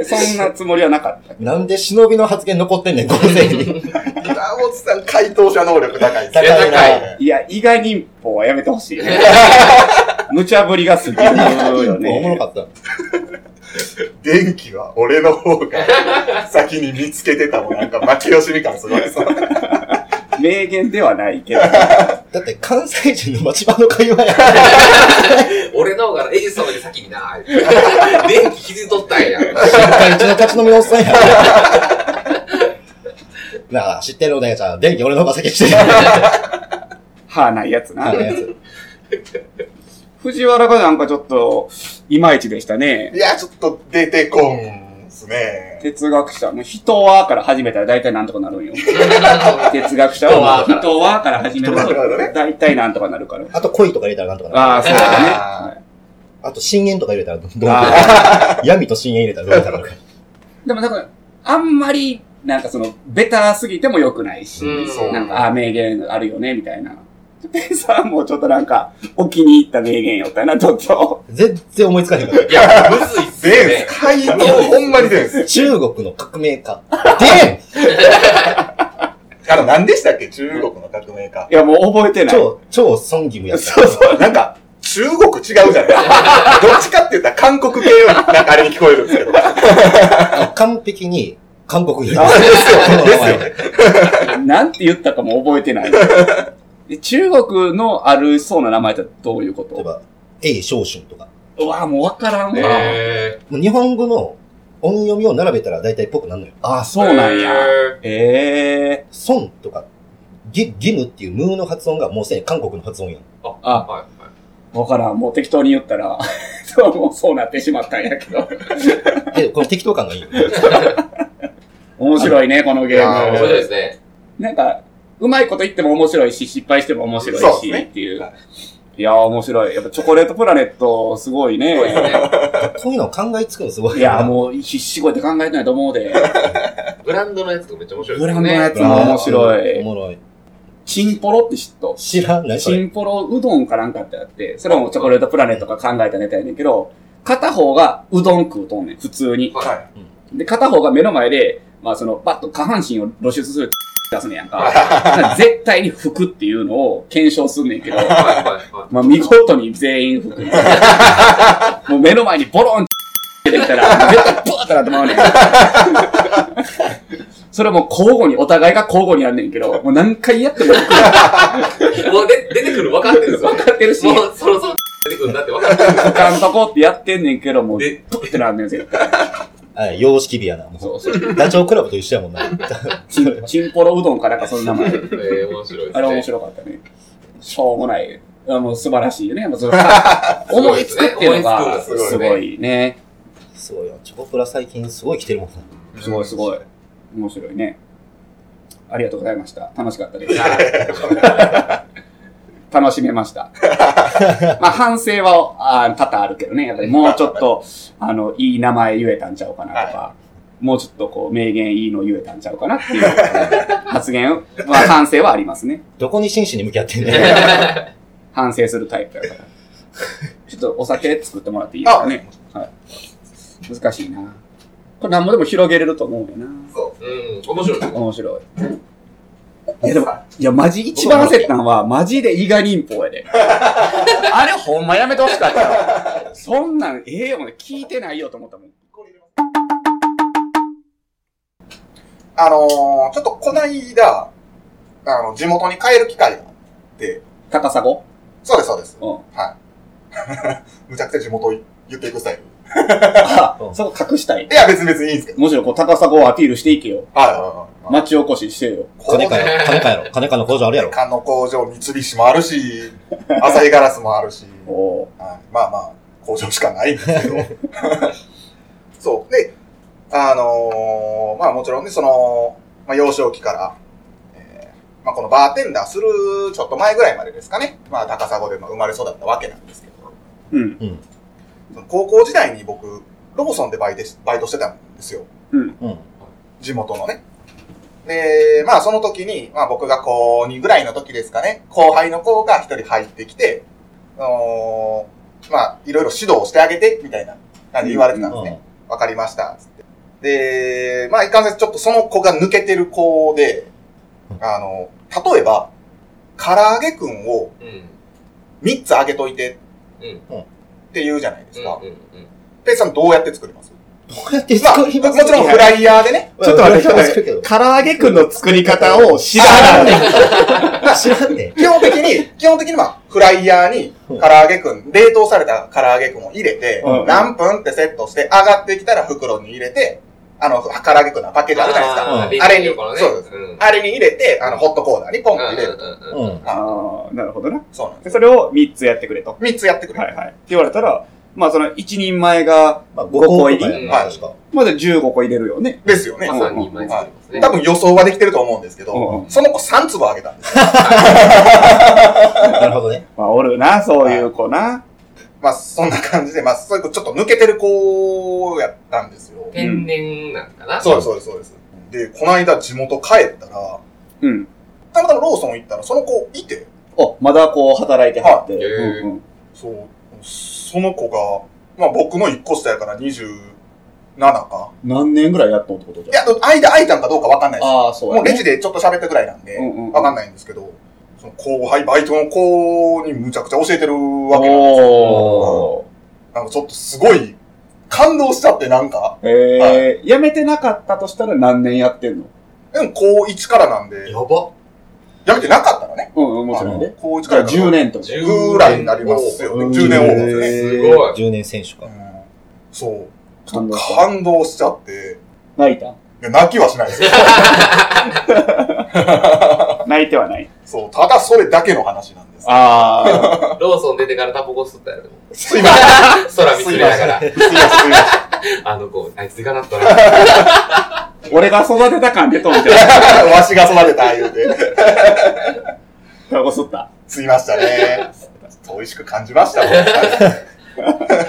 [SPEAKER 2] そんなつもりはなかった。
[SPEAKER 4] なんで忍びの発言残ってんねん、午前に。
[SPEAKER 3] 岩本さん、回答者能力高いで
[SPEAKER 1] い
[SPEAKER 3] す
[SPEAKER 1] や
[SPEAKER 4] 高
[SPEAKER 1] 高
[SPEAKER 4] いな。
[SPEAKER 1] い
[SPEAKER 2] いや、伊賀忍法はやめてほしいね。無茶ぶりが過ぎるよ
[SPEAKER 4] おもろ
[SPEAKER 2] ね。
[SPEAKER 4] かった。
[SPEAKER 3] 電気は俺の方が先に見つけてたもん。なんか巻き惜しみ感すごいです。
[SPEAKER 2] 名言ではないけど。
[SPEAKER 4] だって関西人の町場の会話や。
[SPEAKER 1] 俺の方がエジソンより先にな。電気傷取ったんや。
[SPEAKER 4] 新海地の立ち飲みのおっさんや。なあ、知ってるお姉ちゃん、電気俺の方が先してる。
[SPEAKER 2] はあ、ないやつな
[SPEAKER 4] あ。のやつ。
[SPEAKER 2] 藤原がなんかちょっと、いまいちでしたね
[SPEAKER 3] い。や、ちょっと出てこんですね。
[SPEAKER 2] 哲学者。もう人はから始めたら大体なんとかなるんよ。哲学者は
[SPEAKER 1] 人は
[SPEAKER 2] 人はから始める
[SPEAKER 3] 人はからね
[SPEAKER 2] と大体なんとかなるから。
[SPEAKER 4] あと恋とか入れたらなんとかなる。
[SPEAKER 2] ああ、そうだね。
[SPEAKER 3] あ
[SPEAKER 2] はい
[SPEAKER 4] あと深淵とか入れたらどうにかなる。
[SPEAKER 2] あ
[SPEAKER 4] 闇と深淵入れたらどうにかなるから。
[SPEAKER 2] ーでもなんか、あんまり、なんかその、ベターすぎても良くないし。
[SPEAKER 1] うん
[SPEAKER 3] そう
[SPEAKER 2] なんか、あ、名言あるよね、みたいな。ペンさんもちょっとなんか、お気に入った名言よったな、ちょっと。
[SPEAKER 4] 全然思いつかへんかっ
[SPEAKER 1] いや、むずいっすよ
[SPEAKER 3] で
[SPEAKER 1] ね
[SPEAKER 3] ん。す。回答、ほんまにでんす。
[SPEAKER 4] た。中国の革 命家。で
[SPEAKER 3] あの、何でしたっけ中国の革命家。
[SPEAKER 2] いや、もう覚えてない。
[SPEAKER 4] 超、超損義務やった。
[SPEAKER 2] そうそう。
[SPEAKER 3] なんか、中国違うじゃないですか。どっちかって言ったら韓国系より、なんかあれに聞こえるんですけど。
[SPEAKER 4] 完璧に韓国入れ
[SPEAKER 2] あ
[SPEAKER 4] た。
[SPEAKER 3] ですよね。
[SPEAKER 2] なんて言ったかも覚えてない。で中国のあるそうな名前ってどういうこ
[SPEAKER 4] 例え
[SPEAKER 2] と
[SPEAKER 4] ば、A 小春とか。
[SPEAKER 2] うわもうわからんわ。
[SPEAKER 1] え
[SPEAKER 4] もう日本語の音読みを並べたら大体っぽくなるのよ。
[SPEAKER 2] ああ、そうなんや。ええ
[SPEAKER 4] 損とか、義義務っていうムーの発音がもうすでに韓国の発音やん。
[SPEAKER 2] あ、
[SPEAKER 1] は
[SPEAKER 2] わからん。もう適当に言ったら、 そう、もうそうなってしまったんやけど。
[SPEAKER 4] で、この適当感がいいよ。
[SPEAKER 2] 面白いね、このゲ
[SPEAKER 1] いはい。面
[SPEAKER 3] あ
[SPEAKER 2] ー
[SPEAKER 1] 白い
[SPEAKER 2] ム。
[SPEAKER 1] ですね。
[SPEAKER 2] なんか、うまいこと言っても面白いし、失敗しても面白い
[SPEAKER 3] そう
[SPEAKER 2] し、
[SPEAKER 3] ですね
[SPEAKER 2] っていう。
[SPEAKER 3] はい
[SPEAKER 2] いやー、面白い。やっぱチョコレートプラネット、すごい
[SPEAKER 1] すごいです
[SPEAKER 2] ね。
[SPEAKER 1] ね。
[SPEAKER 4] こういうのを考えつくのすごい。
[SPEAKER 2] いやー、もう必死こいて考えてないと思うで。
[SPEAKER 1] ブランドのやつとかめっちゃ面白い
[SPEAKER 2] ブ
[SPEAKER 1] で
[SPEAKER 2] ラ
[SPEAKER 1] す
[SPEAKER 2] ンドの
[SPEAKER 1] ね
[SPEAKER 2] や。つも面白
[SPEAKER 4] お
[SPEAKER 2] い。
[SPEAKER 4] もろい。
[SPEAKER 2] チンポロって知っと
[SPEAKER 4] 知らんないそ
[SPEAKER 2] チ
[SPEAKER 4] れ。
[SPEAKER 2] ンポロうどんかなんかってあって、それはもうチョコレートプラネットが考えたネタやねんけど、片方がうどん食うとんねん、普通に。
[SPEAKER 1] は
[SPEAKER 3] は
[SPEAKER 2] で、片方が目の前で、まあその、パッと下半身を露出する出すねんやんか。 絶対に服っていうのを検証すんねんけど、
[SPEAKER 1] い。はいはいは
[SPEAKER 2] まあ見事に全員服。もう目の前にボロン出てきたら、絶対ブワーってなってまうねん。それはもう交互に、お互いが交互にやんねんけど、もう何回やっても
[SPEAKER 1] い。
[SPEAKER 2] 服
[SPEAKER 1] もうで出てくる分かってるんで すよ。
[SPEAKER 2] 分かってるし、
[SPEAKER 1] もうそろそろ出てくるんだって分かってる。
[SPEAKER 2] あかんとこってやってんねんけど、もう、
[SPEAKER 1] で
[SPEAKER 2] プってなんねん、絶対。
[SPEAKER 4] あ、様式美やな。も
[SPEAKER 2] そう
[SPEAKER 4] うダチョウ倶楽部と一緒やもんな。
[SPEAKER 2] チンチンポロうどんかなんか、その名 前。
[SPEAKER 1] えー、面白いですね。
[SPEAKER 2] あれ面白かったね。しょうもない。あの、素晴らしいよね。もうその 思いつくっていうのが、
[SPEAKER 1] す
[SPEAKER 3] ごいですね
[SPEAKER 2] すごいね。
[SPEAKER 4] すごいよ。チョコプラ最近すごい来てるもんな。
[SPEAKER 2] すごいすごい。面白いね。ありがとうございました。楽しかったです。 楽しめました。まあ、反省はあー多々あるけどね。やっぱりもうちょっと、あの、いい名前言えたんちゃうかなとか、もうちょっとこう、名言いいの言えたんちゃうかなっていう 発言は、反省はありますね。
[SPEAKER 4] どこに真摯に向き合ってんねん。
[SPEAKER 2] 反省するタイプやから。ちょっとお酒作ってもらっていいですかね。はい。難しいな。これ何もでも広げれると思うよな。
[SPEAKER 1] うん、面白いです。
[SPEAKER 2] 面白い。いやでも、いやマジ一番焦ったんは、マジで伊賀忍法やで。 あれほんまやめてほしかったよ。そんなん、ええよ、聞いてないよと思ったもん。
[SPEAKER 3] あのー、ちょっとこないだ、あの、地元に帰る機会があって、
[SPEAKER 2] 高砂語
[SPEAKER 3] そうです、そうです。
[SPEAKER 2] うん。
[SPEAKER 3] むちゃくちゃ地元言っていくスタイル。
[SPEAKER 2] あ、そこ隠したい。
[SPEAKER 3] いや、別に別にいいんですけど。
[SPEAKER 2] むしろこう高砂語をアピールしていけよ。
[SPEAKER 3] はいはいはい。
[SPEAKER 2] 町おこししてよ。
[SPEAKER 4] 金かよ。金かやろ。金かの工場あるやろ。
[SPEAKER 3] 缶の工場、三菱もあるし、旭ガラスもあるし、
[SPEAKER 2] おー
[SPEAKER 3] はいまあまあ、工場しかないんですけど。 そう。で、あのーまあもちろんね、その、まあ幼少期から、えーまあこのバーテンダーするちょっと前ぐらいまでですかね。まあ高砂でまあ生まれ育ったわけなんですけど、
[SPEAKER 2] うん。
[SPEAKER 3] その高校時代に僕、ローソンでバイトしバイトしてたんですよ。
[SPEAKER 4] うん。
[SPEAKER 3] 地元のね。で、まあその時に、まあ僕が高2ぐらいの時ですかね、後輩の子が一人入ってきて、あのーまあいろいろ指導をしてあげて、みたいななんで言われてたんですね。わかりました。つってで、まあ、いかんせんちょっとその子が抜けてる子で、あの、例えば、唐揚げくんを
[SPEAKER 1] うん。
[SPEAKER 3] 3つあげといて
[SPEAKER 1] うん。
[SPEAKER 3] って言うじゃないですか。
[SPEAKER 1] うん。うん。
[SPEAKER 3] ペイさんどうやって作ります
[SPEAKER 4] どうやって
[SPEAKER 3] まあ、
[SPEAKER 4] 作
[SPEAKER 3] も
[SPEAKER 4] り
[SPEAKER 3] ち
[SPEAKER 4] ます
[SPEAKER 3] ろんフライヤーでね。
[SPEAKER 2] ちょっと待って
[SPEAKER 4] ちょっと待って。
[SPEAKER 2] 唐揚げくんの作り方を知ら
[SPEAKER 4] 知らん
[SPEAKER 2] ない。
[SPEAKER 4] ねん。知らんねん。
[SPEAKER 3] 基本的に、基本的にまあ、フライヤーに、唐揚げくん、冷凍された唐揚げくんを入れて、
[SPEAKER 2] うん
[SPEAKER 3] 何分ってセットして、上がってきたら袋に入れて、あの、唐揚げくんのパッケージあるじゃないですか。
[SPEAKER 1] あー
[SPEAKER 3] あれに
[SPEAKER 1] レンジの横のね
[SPEAKER 3] そうで
[SPEAKER 1] うん。
[SPEAKER 3] あれに入れて、あの、ホットコーナーにポンと入れる。
[SPEAKER 1] うん。
[SPEAKER 4] うん。
[SPEAKER 2] ああ、なるほどな。
[SPEAKER 3] そうなんで。
[SPEAKER 2] ですそれを3つやってくれと。
[SPEAKER 3] 3つやってくれ。
[SPEAKER 2] はいはい。って言われたら、まあその1人前が、
[SPEAKER 4] まあ、5個入り
[SPEAKER 2] はい
[SPEAKER 4] はい確か。
[SPEAKER 2] まだ15個入れるよね。
[SPEAKER 3] ですよね。
[SPEAKER 1] まあ、
[SPEAKER 2] うん
[SPEAKER 1] 3人前作りますね。
[SPEAKER 3] 多分予想はできてると思うんですけど、
[SPEAKER 2] うん
[SPEAKER 3] その子3粒あげたんです。
[SPEAKER 4] なるほどね。
[SPEAKER 2] まあおるな、そういう子な。
[SPEAKER 3] まあ、そんな感じで、まあ、そういう子ちょっと抜けてる子やったんですよ。
[SPEAKER 1] 天然なんかな。
[SPEAKER 3] そうです、そうです、そうです。で、この間地元帰ったら、
[SPEAKER 2] うん。
[SPEAKER 3] たまたまローソン行ったら、その子いて、
[SPEAKER 2] お、まだこう働いてはって。
[SPEAKER 1] はいへー
[SPEAKER 2] うんうん
[SPEAKER 3] そう、その子が、まあ僕の1個下やから27か。
[SPEAKER 2] 何年ぐらいやっとんってことじ
[SPEAKER 3] い
[SPEAKER 2] ゃん
[SPEAKER 3] や、間空いたんかどうかわかんないです。
[SPEAKER 2] ああ、そう
[SPEAKER 3] も
[SPEAKER 2] や
[SPEAKER 3] うレ
[SPEAKER 2] ね。
[SPEAKER 3] ジでちょっと喋ったぐらいなんで、
[SPEAKER 2] うんうんうん
[SPEAKER 3] わかんないんですけど、その後輩、バイトの子にむちゃくちゃ教えてるわけなんですよ。
[SPEAKER 2] おー。
[SPEAKER 3] なんかちょっとすごい、感動しちゃってなんか、
[SPEAKER 2] えー、辞めてなかったとしたら何年やってんの
[SPEAKER 3] でも高1からなんで、
[SPEAKER 1] やば。
[SPEAKER 3] やめてなかったらね。
[SPEAKER 2] うんうん、もちろん
[SPEAKER 3] あ
[SPEAKER 2] ね。
[SPEAKER 3] の高1
[SPEAKER 2] だか
[SPEAKER 3] からら
[SPEAKER 2] 10年とか。
[SPEAKER 3] ぐらいになりますよね。10年オーバーですね。
[SPEAKER 1] すごい
[SPEAKER 4] 10年選手か。
[SPEAKER 3] うんそう。
[SPEAKER 2] 感動した
[SPEAKER 3] 感動しちゃって、
[SPEAKER 2] 泣いた
[SPEAKER 3] いや泣きはしないですよ。
[SPEAKER 2] 泣いてはない。
[SPEAKER 3] そう、ただそれだけの話なんです。
[SPEAKER 2] あ
[SPEAKER 1] ローソン出てからタバコ吸ったやろ。
[SPEAKER 3] すいませ ん。
[SPEAKER 1] 空見つめながら、
[SPEAKER 3] すいません、すいません。
[SPEAKER 1] あの子、あいつがなったな。
[SPEAKER 2] あ、 俺が育てた感でとんじゃん。
[SPEAKER 3] わしが育てた、言うて。
[SPEAKER 2] タバコ吸った。
[SPEAKER 3] すいましたね。美味しく感じましたもん。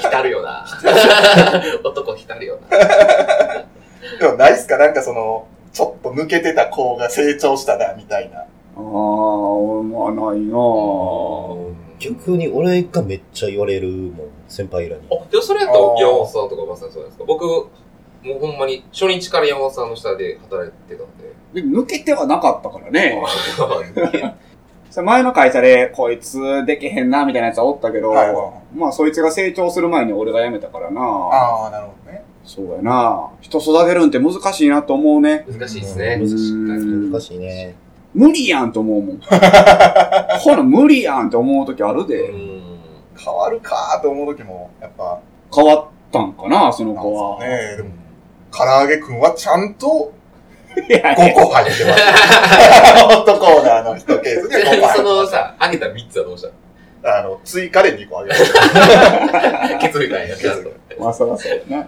[SPEAKER 1] 浸るよ な。 男浸るよな。
[SPEAKER 3] でもないっすかなんかその、ちょっと抜けてた子が成長したな、みたいな。
[SPEAKER 2] ああ、俺もないなぁ。
[SPEAKER 4] 逆に俺がめっちゃ言われるもん、先輩らに。
[SPEAKER 1] あ、でもそれやったら山本さんとかまさにそうなんですか。僕、もうほんまに初日から山本さんの下で働いてたんで。
[SPEAKER 2] でも抜けてはなかったからね。
[SPEAKER 1] は
[SPEAKER 2] さ前の会社で、こいつできへんな、みたいなやつはおったけど、
[SPEAKER 3] はいはいは
[SPEAKER 2] まあそいつが成長する前に俺が辞めたからなぁ。
[SPEAKER 3] ああ、なるほどね。
[SPEAKER 2] そうやなぁ。人育てるんって難しいなと思うね。
[SPEAKER 1] 難しいですね。
[SPEAKER 4] 難し
[SPEAKER 2] う
[SPEAKER 1] 確
[SPEAKER 2] ん
[SPEAKER 1] か
[SPEAKER 4] 難しいね。
[SPEAKER 2] 無理やんと思うも ん。ほら、無理やんって思う時ある
[SPEAKER 1] に。う
[SPEAKER 2] で。
[SPEAKER 1] ん。
[SPEAKER 3] 変わるかーと思う時も、やっぱ、
[SPEAKER 2] 変わったんかな、その子は。
[SPEAKER 3] なんですかね。でも、唐揚げくんはちゃんと
[SPEAKER 2] いやいや
[SPEAKER 3] 5個入ってます。ホットコーナーの1ケース
[SPEAKER 1] ち
[SPEAKER 3] で
[SPEAKER 1] なみ
[SPEAKER 3] 5
[SPEAKER 1] に
[SPEAKER 3] 個
[SPEAKER 1] その
[SPEAKER 3] 入って
[SPEAKER 1] さ、あげた3つはどうした
[SPEAKER 3] ます。あの、追加で2個あげます。
[SPEAKER 1] の削りたんや、ちゃんと。
[SPEAKER 2] まあそらそうやな。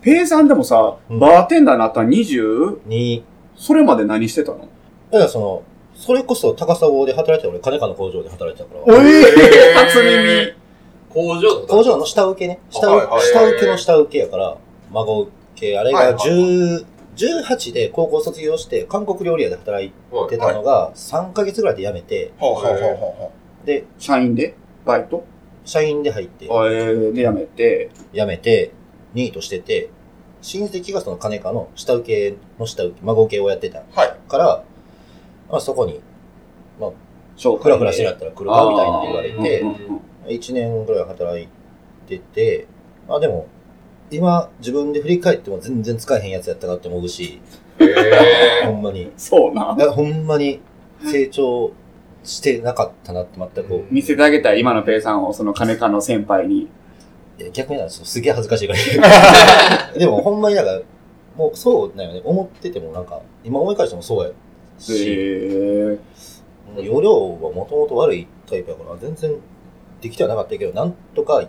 [SPEAKER 2] ペイさんでもさ、
[SPEAKER 4] うん
[SPEAKER 2] バーテンダーになったら 20?
[SPEAKER 4] に、
[SPEAKER 2] それまで何してたの
[SPEAKER 4] だからその、それこそ高砂で働いてた俺、金川の工場で働いてたか
[SPEAKER 2] え
[SPEAKER 4] ら。
[SPEAKER 1] えー
[SPEAKER 2] 初耳
[SPEAKER 1] 工場とか
[SPEAKER 4] 工場の下請けね。下
[SPEAKER 3] はいはい
[SPEAKER 4] 請下請けの下請けやから、孫請け、あれ
[SPEAKER 3] はい
[SPEAKER 4] が
[SPEAKER 3] はい
[SPEAKER 4] 10 18で高校卒業して、韓国料理屋で働い
[SPEAKER 1] はい
[SPEAKER 4] てたのが、3ヶ月ぐらいで辞めて、
[SPEAKER 3] ほうほうほうほ
[SPEAKER 4] で、
[SPEAKER 2] 社員でバイト
[SPEAKER 4] 社員で入って、
[SPEAKER 2] えで辞めて。
[SPEAKER 4] 辞めて、ニートしてて、親戚がその金川の下請けの下請け、孫請けをやってた
[SPEAKER 3] う。はい。
[SPEAKER 4] から、まあそこに、
[SPEAKER 2] そう
[SPEAKER 4] フラフラしてなったら来るかみたいな言われ
[SPEAKER 1] あー
[SPEAKER 4] て、1年ぐらい働いてて、まあでも、今自分で振り返っても全然使えへんやつやったなって思うし、
[SPEAKER 1] へ
[SPEAKER 4] ほ
[SPEAKER 1] ー
[SPEAKER 4] んまに。
[SPEAKER 2] そうな。
[SPEAKER 4] いやほんまに成長してなかったなって全く。
[SPEAKER 2] 見せてあげたい、今のペイさんを、その金川の先輩に。
[SPEAKER 4] いや逆になんですよ。すげえ恥ずかし いから。でもほんまになんか、もうそうだよね。思っててもなんか、今思い返してもそうや
[SPEAKER 2] へ
[SPEAKER 4] し、
[SPEAKER 2] え。
[SPEAKER 4] 容量はもともと悪いタイプやから、全然できてはなかったけど、なんとか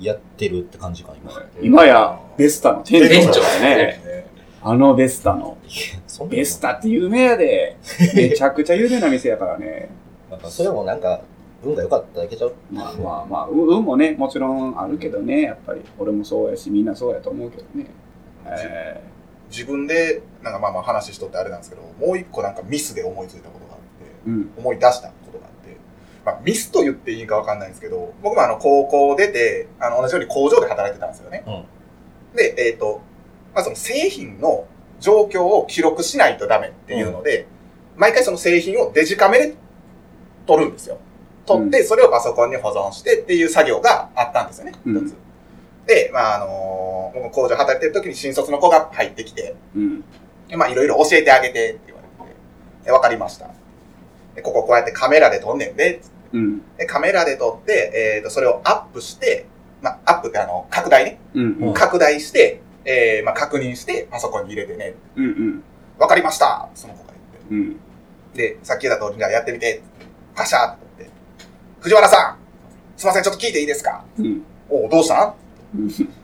[SPEAKER 4] やってるって感じかな、今。
[SPEAKER 2] 今や、ベスタの店
[SPEAKER 1] 店
[SPEAKER 2] 長
[SPEAKER 1] 長
[SPEAKER 2] だね。
[SPEAKER 1] ね。
[SPEAKER 2] あのベスタの。
[SPEAKER 4] そんな
[SPEAKER 2] ベスタって有名やで。めちゃくちゃ有名な店やからね。
[SPEAKER 4] なんかそれもなんか、運が良かっただけちゃう
[SPEAKER 2] まあまあまあ、う運もね、もちろんあるけどね、やっぱり。俺もそうやし、みんなそうやと思うけどね。え
[SPEAKER 3] 自分で、なんかまあまあ話しとってあれなんですけど、もう一個なんかミスで思いついたことがあって、
[SPEAKER 2] ーうん。
[SPEAKER 3] 思い出したことがあって、まあミスと言っていいかわかんないんですけど、僕もあの高校出て、あの同じように工場で働いてたんですよね。
[SPEAKER 4] うん
[SPEAKER 3] で、えっ、と、まあ、その製品の状況を記録しないとダメっていうので、毎回その製品をデジカメで撮るんですよ。撮って、それをパソコンに保存してっていう作業があったんですよね、一つ。
[SPEAKER 2] うん
[SPEAKER 3] で、まあ、あのー僕工場働いてる時に新卒の子が入ってきて、
[SPEAKER 2] うん。
[SPEAKER 3] で、まあ、いろいろ教えてあげてって言われて、で、わかりました。で、こここうやってカメラで撮んねんで、
[SPEAKER 2] うん。
[SPEAKER 3] で、カメラで撮って、えっ、と、それをアップして、まあ、アップってあの、拡大ね。
[SPEAKER 2] うん。うん。
[SPEAKER 3] 拡大して、えー、まあ、確認して、パソコンに入れてね。
[SPEAKER 2] うん。
[SPEAKER 3] わかりましたその子が言っ
[SPEAKER 2] うん。
[SPEAKER 3] て。で、さっき言った通り、じゃあやってみて。カシャーって言って。藤原さんすいません、ちょっと聞いていいですか
[SPEAKER 2] うん。
[SPEAKER 3] おうどうしたん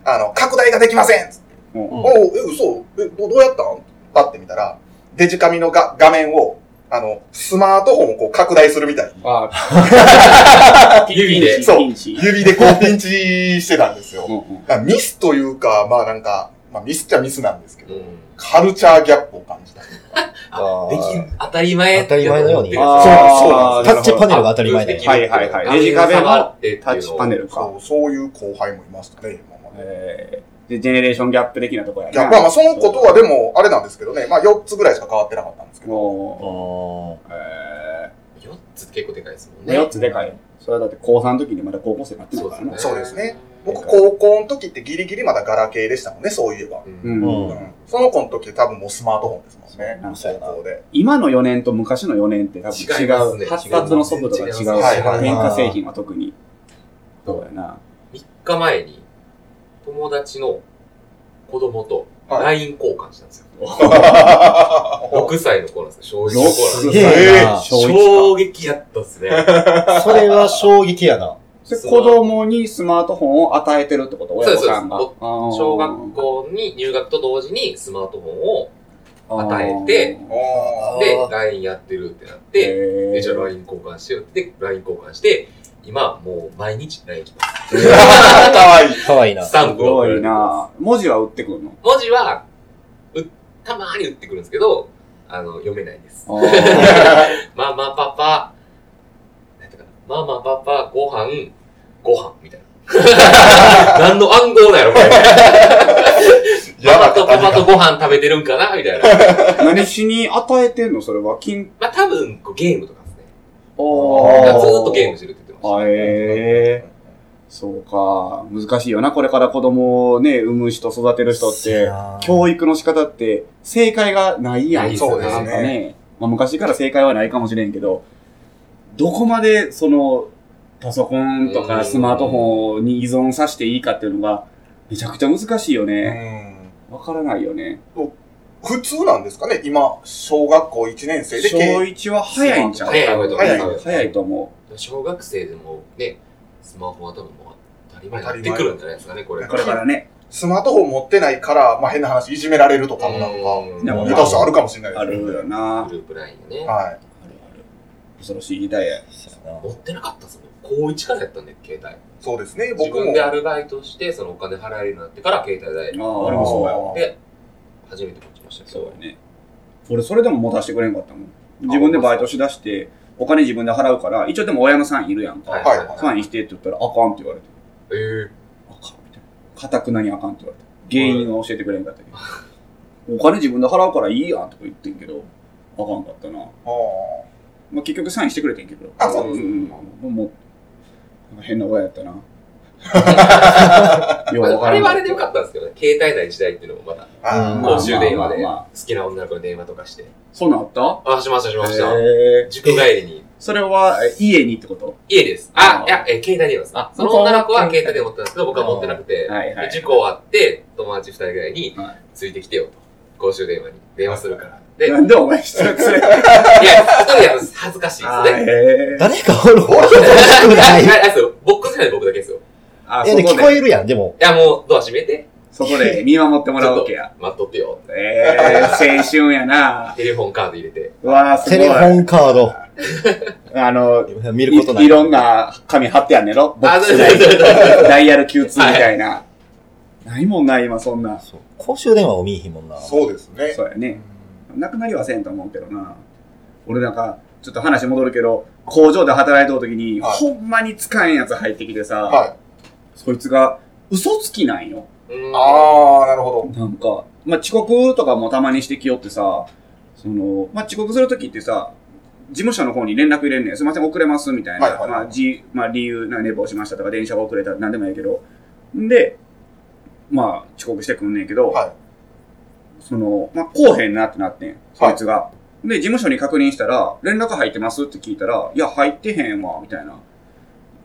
[SPEAKER 3] あの、拡大ができません
[SPEAKER 2] うん。
[SPEAKER 3] おうえ、嘘え、どどうやったんパって見たら、デジカミのが画面を、あの、スマートフォンをこう拡大するみたいに、
[SPEAKER 2] ああ。
[SPEAKER 1] 指で
[SPEAKER 3] そう
[SPEAKER 2] ピンチ。
[SPEAKER 3] 指でこうピンチしてたんですよ。
[SPEAKER 2] うんうん
[SPEAKER 3] だからミスというか、まあなんか、まあミスっちゃミスなんですけど、
[SPEAKER 1] うん
[SPEAKER 3] カルチャーギャップを感じた。
[SPEAKER 1] あ
[SPEAKER 4] あー
[SPEAKER 1] でき当たり前
[SPEAKER 4] 当たり前のように
[SPEAKER 1] あ
[SPEAKER 2] あー
[SPEAKER 4] タッチパネルが当たり前
[SPEAKER 1] で
[SPEAKER 4] で
[SPEAKER 1] き。る
[SPEAKER 2] はいはいはいレジ壁のタッチパネルか
[SPEAKER 3] そ。う、そういう後輩もいましたね、今まで。
[SPEAKER 2] えーでジェネレーションギャップ的なとこや
[SPEAKER 3] いや、
[SPEAKER 2] な。
[SPEAKER 3] まあまあそのことはでも、あれなんですけどね、まあ4つぐらいしか変わってなかったんですけど、
[SPEAKER 4] あ
[SPEAKER 2] も
[SPEAKER 4] ー
[SPEAKER 2] う、え
[SPEAKER 1] 4つ結構でかいですもん
[SPEAKER 2] ー、
[SPEAKER 1] ね。
[SPEAKER 2] 4つでかい。それはだって高3の時にまだ高校生になってない
[SPEAKER 1] そう
[SPEAKER 2] か
[SPEAKER 1] で
[SPEAKER 2] ら
[SPEAKER 1] すね。
[SPEAKER 2] な。
[SPEAKER 3] そうですね僕
[SPEAKER 1] 僕、
[SPEAKER 3] 高校の時ってギリギリまだガラケーでしたもんね、そういえ
[SPEAKER 1] う
[SPEAKER 3] ば。
[SPEAKER 2] うんん
[SPEAKER 4] うん
[SPEAKER 3] うんその子の時多分もうスマートフォンですもんね。
[SPEAKER 4] そうやな
[SPEAKER 3] 高校で。
[SPEAKER 2] 今の4年と昔の4年って多分違
[SPEAKER 1] 違います
[SPEAKER 2] う。
[SPEAKER 1] ね
[SPEAKER 2] 発達の速度が違うし、
[SPEAKER 1] 違います
[SPEAKER 3] はいはいはい
[SPEAKER 2] 変化製品は特に。そうやな。
[SPEAKER 1] 3日前に、友達の子供と
[SPEAKER 3] はい
[SPEAKER 1] LINE 交換したんです よ。
[SPEAKER 3] 僕
[SPEAKER 1] 6歳の子なんですよ、小学
[SPEAKER 2] す
[SPEAKER 1] 校
[SPEAKER 4] げえな。
[SPEAKER 2] 小
[SPEAKER 1] の。
[SPEAKER 2] 1
[SPEAKER 1] 衝撃やったっすね。
[SPEAKER 4] それは衝撃やな。
[SPEAKER 2] か。で子供にスマートフォンを与えてるってこと
[SPEAKER 1] そう
[SPEAKER 2] 親
[SPEAKER 1] です
[SPEAKER 2] 御さんが。
[SPEAKER 1] そうで小学
[SPEAKER 2] 校
[SPEAKER 1] 校に入学と同時にスマートフォンを、与えて、
[SPEAKER 3] おー
[SPEAKER 1] で
[SPEAKER 4] あ、ー
[SPEAKER 1] LINE やってるってなって、
[SPEAKER 2] で
[SPEAKER 1] えじゃあ LINE 交換してよって、LINE 交換して、今、もう毎日 LINE 来てま
[SPEAKER 3] かわいい。
[SPEAKER 4] かわいいな。
[SPEAKER 1] す。スタ
[SPEAKER 2] す
[SPEAKER 1] ンプを
[SPEAKER 2] ご
[SPEAKER 1] 送ら
[SPEAKER 2] い
[SPEAKER 1] れてます
[SPEAKER 2] な。文字は打ってく るの。
[SPEAKER 1] 文字は、うたまーに打ってくるんですけど、あの、読めないです。
[SPEAKER 2] あー
[SPEAKER 1] ママパパ、なんていうかな、ママパパ、ご飯、ご飯、みたいな。何の暗号なんやろ、これ。ママとパパとご飯食べてるんかなみたいな。
[SPEAKER 2] 何しに与えてんのそれは金。
[SPEAKER 1] まあ、多分、こうゲームとかですね。
[SPEAKER 4] あー
[SPEAKER 1] なんかずーっとゲームしてるって言ってまし
[SPEAKER 2] あえーそうか。難しいよな。これから子供をね、産む人、育てる人って、教育の仕方って正解がないや
[SPEAKER 1] ない
[SPEAKER 2] ん。
[SPEAKER 1] ですね
[SPEAKER 2] なんかね。まあ、昔から正解はないかもしれんけど、どこまでその、パソコンと
[SPEAKER 1] うん
[SPEAKER 2] かスマートフォンに依存させていいかっていうのが、めちゃくちゃ難しいよね。わからないよね。
[SPEAKER 3] 普通なんですかね今、小学校1年生で
[SPEAKER 2] 小
[SPEAKER 3] 経
[SPEAKER 2] 1は早いんちゃう
[SPEAKER 1] 早い
[SPEAKER 2] 多分
[SPEAKER 1] 早い
[SPEAKER 2] 早い早いと思
[SPEAKER 1] た。小学生でもね、スマホは多分もう当たり前になってくるんじゃないですかね、これ。
[SPEAKER 2] う。これからね。
[SPEAKER 3] スマートフォン持ってないから、まあ変な話、いじめられるとかもなんか、
[SPEAKER 1] うん
[SPEAKER 2] でも
[SPEAKER 3] 下手したらあるかもしれないです
[SPEAKER 2] あるよな。あ
[SPEAKER 1] グ
[SPEAKER 2] る
[SPEAKER 1] ループラインでね。
[SPEAKER 3] はい。
[SPEAKER 2] ある。恐ろしい時代や。
[SPEAKER 1] 持ってなかったっすもん。高1からやったんで、携帯。
[SPEAKER 3] そうですね、
[SPEAKER 1] 自
[SPEAKER 3] 僕も
[SPEAKER 1] 分で。アルバイトして、そのお金払えるようになってから携帯代
[SPEAKER 2] ああ、俺もそうやわ。
[SPEAKER 1] で、初めて持ちましたけ
[SPEAKER 2] そう
[SPEAKER 1] ど
[SPEAKER 2] や。ね。俺、それでも持たせてくれんかったもん。自分でバイトしだして、お金自分で払うから、一応でも親のサインいるやんか。
[SPEAKER 3] はい
[SPEAKER 2] サインしてって言ったら、あかんって言われて。
[SPEAKER 1] えー
[SPEAKER 2] あかんみたいな。かたくなにあかんって言われて。原因は教えてくれんかったけど。お金自分で払うからいいやんとか言ってんけど、あかんかったな。
[SPEAKER 3] あ
[SPEAKER 2] まあ、結局サインしてくれてんけど。
[SPEAKER 3] あそう
[SPEAKER 2] うん。もう、なんか変な親やった な。よう
[SPEAKER 1] ま
[SPEAKER 2] わ
[SPEAKER 1] あ
[SPEAKER 2] か
[SPEAKER 1] あ
[SPEAKER 2] ら
[SPEAKER 1] れ
[SPEAKER 2] ん
[SPEAKER 1] はあれでよかったんですけどね、携帯ない時代っていうのもまだ、
[SPEAKER 3] あ
[SPEAKER 4] うん
[SPEAKER 2] まあ
[SPEAKER 1] 公衆電話で
[SPEAKER 2] まあまあ
[SPEAKER 1] 好きな女の子に電話とかして。
[SPEAKER 2] そんなんあった
[SPEAKER 1] あ、しましたしました。
[SPEAKER 2] へー
[SPEAKER 1] 塾帰りに。
[SPEAKER 2] それは、え家にってこと
[SPEAKER 1] 家です。
[SPEAKER 2] あ
[SPEAKER 1] あ
[SPEAKER 2] ー、
[SPEAKER 1] いや、えー携帯電話です。
[SPEAKER 2] あ
[SPEAKER 1] その女の子は
[SPEAKER 2] そう
[SPEAKER 1] 携帯電話持ってたんですけど、僕は持ってなくて、
[SPEAKER 2] はいは
[SPEAKER 1] で
[SPEAKER 2] い。
[SPEAKER 1] 塾終わって、友達二人ぐらいに
[SPEAKER 2] は、
[SPEAKER 1] ついてきてよと。公衆電話に電話するから。で、い
[SPEAKER 2] なんでお前一人連れ
[SPEAKER 1] や、一人やつ恥ずかしいですね。
[SPEAKER 2] え
[SPEAKER 4] 誰かおるおる
[SPEAKER 1] いや
[SPEAKER 4] ない
[SPEAKER 1] い。 やいやそう僕じゃない僕だけですよ。い
[SPEAKER 2] あ、
[SPEAKER 4] え、で、
[SPEAKER 2] 外
[SPEAKER 4] 聞こ
[SPEAKER 2] で、
[SPEAKER 4] えるやん、でも。
[SPEAKER 1] や、もうドア閉めて、
[SPEAKER 2] 外で見守ってもらうわけや。
[SPEAKER 1] 待っとってよ。
[SPEAKER 2] えー、青春やな。
[SPEAKER 1] テレフォンカード入れて。
[SPEAKER 2] うわあすご
[SPEAKER 4] テ
[SPEAKER 2] い。
[SPEAKER 4] レフォンカード。
[SPEAKER 2] あの、
[SPEAKER 4] 見ることない。
[SPEAKER 2] いいろん。な紙貼ってやんねやろボッ
[SPEAKER 1] あ、
[SPEAKER 2] ク
[SPEAKER 1] そう
[SPEAKER 2] ス
[SPEAKER 1] そう
[SPEAKER 2] 内
[SPEAKER 1] そうそ
[SPEAKER 2] に
[SPEAKER 1] う。
[SPEAKER 2] ダイヤル Q2 みたいな。ないもんな、今そんな。
[SPEAKER 4] そう公衆電話を見いひんもんな。
[SPEAKER 3] あ、そうですね。
[SPEAKER 2] そうやね。なくなりはせんと思うけどな。俺なんか、ちょっと話戻るけど、工場で働いてる時に、
[SPEAKER 3] はい
[SPEAKER 2] ほんまに使えんやつ入ってきてさ、
[SPEAKER 3] は
[SPEAKER 2] そいつが嘘つきなんよ。
[SPEAKER 1] ううん
[SPEAKER 3] ああ、なるほど。
[SPEAKER 2] なんか、まあ、遅刻とかもたまにしてきよってさ、その、まあ、遅刻するときってさ、事務所の方に連絡入れんねん。すいません、遅れます、みたいな。
[SPEAKER 3] はいはい
[SPEAKER 2] まあ、じ、まあ、理由、なんか寝坊しましたとか、電車が遅れた、なんでもいいけど。んで、まあ、遅刻してくんねんけど、
[SPEAKER 3] はい
[SPEAKER 2] その、まあ、こうへんなってなってん、そいつが。で、事務所に確認したら、連絡入ってますって聞いたら、いや、入ってへんわ、みたいな。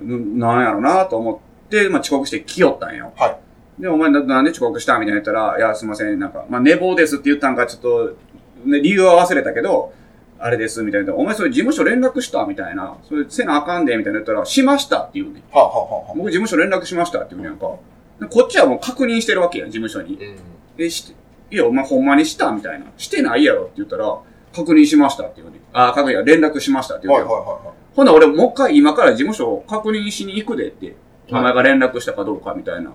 [SPEAKER 2] んなんやろなと思って、まあ、遅刻して来よったんよ。
[SPEAKER 3] は
[SPEAKER 2] で、お前ななんで遅刻したみたいな言ったら、いや、すいません、なんか、まあ、寝坊ですって言ったんか、ちょっと、ね、理由は忘れたけど、あれです、みたいな。お前、それ事務所連絡したみたいな。それせなあかんで、みたいな言ったら、しましたって言うねん。
[SPEAKER 3] はあ、はあはあは
[SPEAKER 2] 僕、事務所連絡しましたって言うねんやんか。でこっちはもう確認してるわけやん、事務所に。
[SPEAKER 1] うん
[SPEAKER 2] え、して、いや、お前ほんまにしたみたいな。してないやろって言ったら、確認しましたって言うね。あー、確認、連絡しましたって
[SPEAKER 3] あ。
[SPEAKER 2] 言う
[SPEAKER 3] はい
[SPEAKER 2] ね。
[SPEAKER 3] はいはいはい。
[SPEAKER 2] ほな、俺もう一回今から事務所を確認しに行くでって、
[SPEAKER 1] はい
[SPEAKER 2] お前が連絡したかどうかみたいな。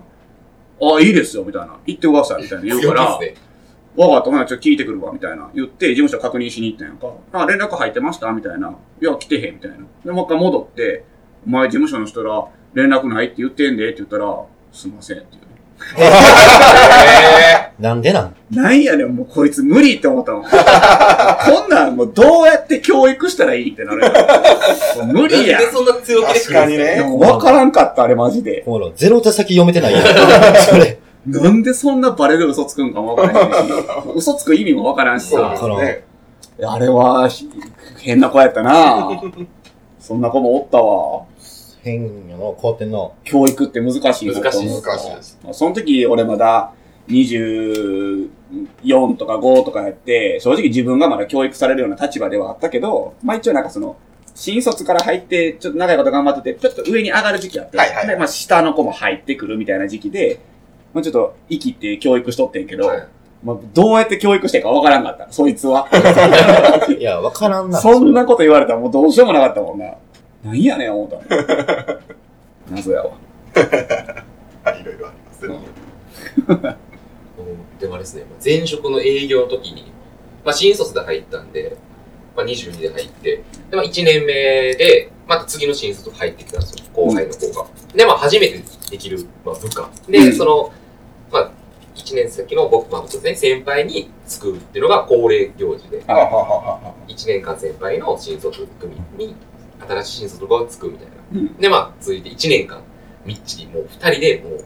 [SPEAKER 2] あー、いいですよ、みたいな。行ってください、みたいな言うから、
[SPEAKER 1] 強気っすね
[SPEAKER 2] わかった、お前ちょっと聞いてくるわ、みたいな。言って、事務所確認しに行ったんやんか。あ、連絡入ってましたみたいな。いや、来てへん、みたいな。で、もう一回戻って、お前事務所の人ら、連絡ないって言ってんで、って言ったら、すいません、って言うね。
[SPEAKER 1] え
[SPEAKER 4] なんでなん
[SPEAKER 2] なんやねん、もうこいつ無理って思ったもん。 こんなんもうどうやって教育したらいいってなるよ。もう無
[SPEAKER 1] ー
[SPEAKER 2] 理や
[SPEAKER 1] なんで
[SPEAKER 2] ん。
[SPEAKER 1] そんな強気で
[SPEAKER 3] 確かにね。
[SPEAKER 2] わからんかった、あれマジで。
[SPEAKER 4] ほら、ゼロ手先読めてないやん。それ。
[SPEAKER 2] なんでそんなバレる嘘つくんかもわからん し、嘘つく意味もわからんし
[SPEAKER 3] そうで
[SPEAKER 2] さ、
[SPEAKER 3] すね。
[SPEAKER 2] あれはひ変な子やったな そんな子もおったわ。
[SPEAKER 4] 変やの、こうやってんの。
[SPEAKER 2] 教育って難しいな
[SPEAKER 1] 難しい
[SPEAKER 2] と思った
[SPEAKER 3] 難しいで
[SPEAKER 2] その時俺まだ24とか5とかやって、正直自分がまだ教育されるような立場ではあったけど、まあ一応なんかその、新卒から入って、ちょっと長いこと頑張ってて、ちょっと上に上がる時期あって、
[SPEAKER 3] はいはいはい
[SPEAKER 2] で、まあ下の子も入ってくるみたいな時期で、まあちょっと生きて教育しとってんけど、
[SPEAKER 1] はい
[SPEAKER 2] まあどうやって教育していいかわからんかった、そいつ は。
[SPEAKER 4] いや、わからんな。
[SPEAKER 2] そんなこと言われたらもうどうしようもなかったもんな。なんやねん、思ったの。 謎やわ。
[SPEAKER 3] あいろいろありますね。
[SPEAKER 1] うんでもあれですね、前職の営業の時に、まあ、新卒で入ったんで、まあ、22で入って、でまあ、1年目で、また次の新卒入ってきたんですよ、後輩の子が。で、まあ、初めてできる、まあ、部下。で、
[SPEAKER 2] うん
[SPEAKER 1] その、まあ、1年先の僕、まあ、僕ですね、先輩につくっていうのが恒例行事で、
[SPEAKER 3] はあはあはあはあ。
[SPEAKER 1] 1年間先輩の新卒組に、新しい新卒がつくみたいな。
[SPEAKER 2] うん
[SPEAKER 1] で、まあ、続いて1年間、みっちりもう2人でもう、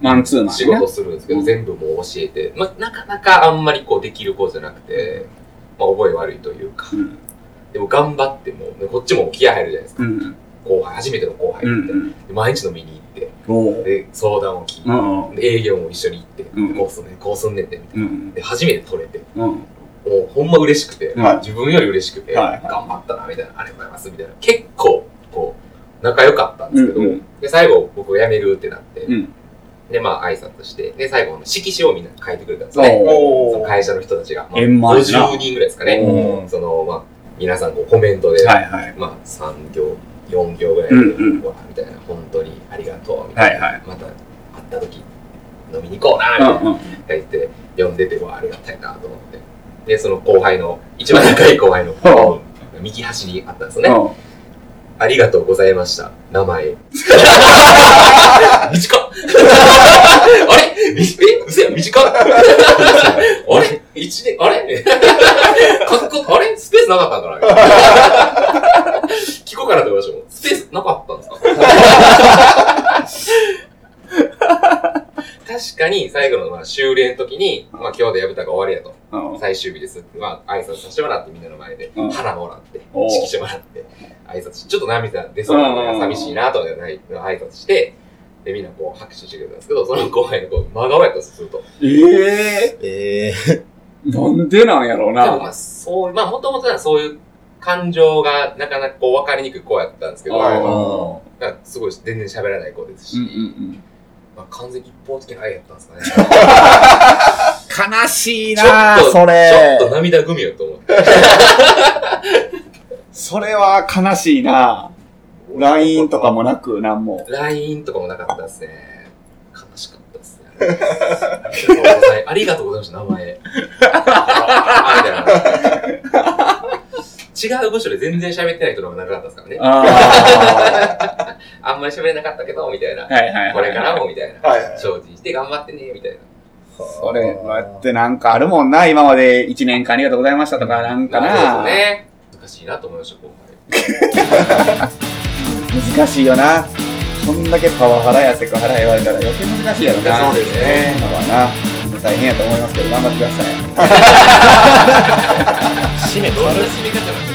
[SPEAKER 2] マンツーマン、ね。
[SPEAKER 1] 仕事するんですけど、
[SPEAKER 2] うん
[SPEAKER 1] 全部もう教えて、まあ、なかなかあんまりこうできる子じゃなくて、まあ、覚え悪いというか、
[SPEAKER 2] うん。
[SPEAKER 1] でも頑張ってもう、ねこっちも気合入るじゃないですか。
[SPEAKER 2] うん。
[SPEAKER 1] 後輩、初めての後輩
[SPEAKER 2] う
[SPEAKER 1] みたいな。
[SPEAKER 2] ん。
[SPEAKER 1] で毎日飲みに行って、
[SPEAKER 2] おー
[SPEAKER 1] で、相談を聞いて、
[SPEAKER 2] うん。
[SPEAKER 1] で営業も一緒に行って、
[SPEAKER 2] うん
[SPEAKER 1] こうすんねん、こうすんねんって、みたい
[SPEAKER 2] うん
[SPEAKER 1] な。。で、初めて取れて、
[SPEAKER 2] うん。
[SPEAKER 1] もうほんま嬉しくて、
[SPEAKER 2] はい
[SPEAKER 1] 自分より嬉しくて、
[SPEAKER 2] はいはい
[SPEAKER 1] 頑張ったな、みたいな、ありがとうございます、みたいな。結構、こう、仲良かったんですけど、
[SPEAKER 2] うんうん
[SPEAKER 1] で、最後、僕辞めるってなって、
[SPEAKER 2] うん
[SPEAKER 1] で、まあ、挨拶して、で、最後、の色紙をみんな書いてくれたんですね。そ
[SPEAKER 3] お
[SPEAKER 1] の
[SPEAKER 3] お。
[SPEAKER 1] 会社の人たちが、まあ、
[SPEAKER 2] 円満やな
[SPEAKER 1] 50人ぐらいですかね。
[SPEAKER 4] うん
[SPEAKER 1] その、まあ、皆さんこうコメントで、
[SPEAKER 2] はいはい。
[SPEAKER 1] まあ、3行、4行ぐらいで、
[SPEAKER 2] うんうん
[SPEAKER 1] わあみたいな、本当にありがとう、みた
[SPEAKER 2] はいい
[SPEAKER 1] な。
[SPEAKER 2] はい。
[SPEAKER 1] また会った時、飲みに行こうな、みたいな。
[SPEAKER 2] うんうん。
[SPEAKER 1] 入って呼んでてわあありがたいなと思ってでその後輩の一番高い後輩の子右端にあったんですよね
[SPEAKER 2] うん
[SPEAKER 1] ありがとうございました名 前短っあれみえ嘘や短っあれ一年あれかっこあれスペースなかったんかな聞こうかなと思いましたもんスペースなかったんですか確かに最後のまあ終練の時に、まあ、今日で薮田が終わりやと
[SPEAKER 2] うん
[SPEAKER 1] 最終日ですって、まあ、挨拶させてもらって、みんなの前で、
[SPEAKER 2] うん
[SPEAKER 1] 花もらって、
[SPEAKER 2] おう
[SPEAKER 1] 指揮してもらって、挨拶しちょっと涙出そうなの
[SPEAKER 2] うんうんう
[SPEAKER 1] が
[SPEAKER 2] ん
[SPEAKER 1] 寂しいなとかじゃない、挨拶して、で、みんなこう拍手してくれたんですけど、その後輩の子、真顔やったとすると。で
[SPEAKER 2] ええ
[SPEAKER 4] え
[SPEAKER 2] なんでなんやろう
[SPEAKER 1] もま
[SPEAKER 2] な。
[SPEAKER 1] あ、そう、まあ、もともとはそういう感情がなかなかこう分かりにくい子やったんですけど、
[SPEAKER 2] あ
[SPEAKER 1] なん
[SPEAKER 2] ー
[SPEAKER 1] かすごい全然喋らない子ですし、
[SPEAKER 2] うんうん
[SPEAKER 1] まあ、完全に一方的な愛やったんですかね。
[SPEAKER 2] うん。悲しい
[SPEAKER 1] なあ
[SPEAKER 2] なそれ
[SPEAKER 1] ちょっと涙ぐみよと思って。
[SPEAKER 2] それは悲しいな LINE とかもなく、なんも。
[SPEAKER 1] LINE とかもなかったですね。悲しかったですね。ありがとうござ いありがとうございました、名前。あみたいな違う部署で全然喋ってない人の方が長かったですからね。
[SPEAKER 2] あ
[SPEAKER 1] あんまり喋れなかったけど、みたいな。
[SPEAKER 2] はいはいはい。
[SPEAKER 1] これからも、みたいな。
[SPEAKER 3] はいはい。
[SPEAKER 1] 精進して頑張ってね、みたいな。
[SPEAKER 2] それ、待ってなんかあるもんな、今まで1年間ありがとうございましたとか、なんか
[SPEAKER 1] なるほど
[SPEAKER 2] な。
[SPEAKER 1] ね。難しいなと思いました、今回。
[SPEAKER 2] 難しいよな。そんだけパワハラやセクハラ言われたら余計難しいやろな。
[SPEAKER 1] そうですね
[SPEAKER 2] 今はな、大変やと思いますけど、頑張ってください。
[SPEAKER 4] 締め
[SPEAKER 1] どんな締め方なんだ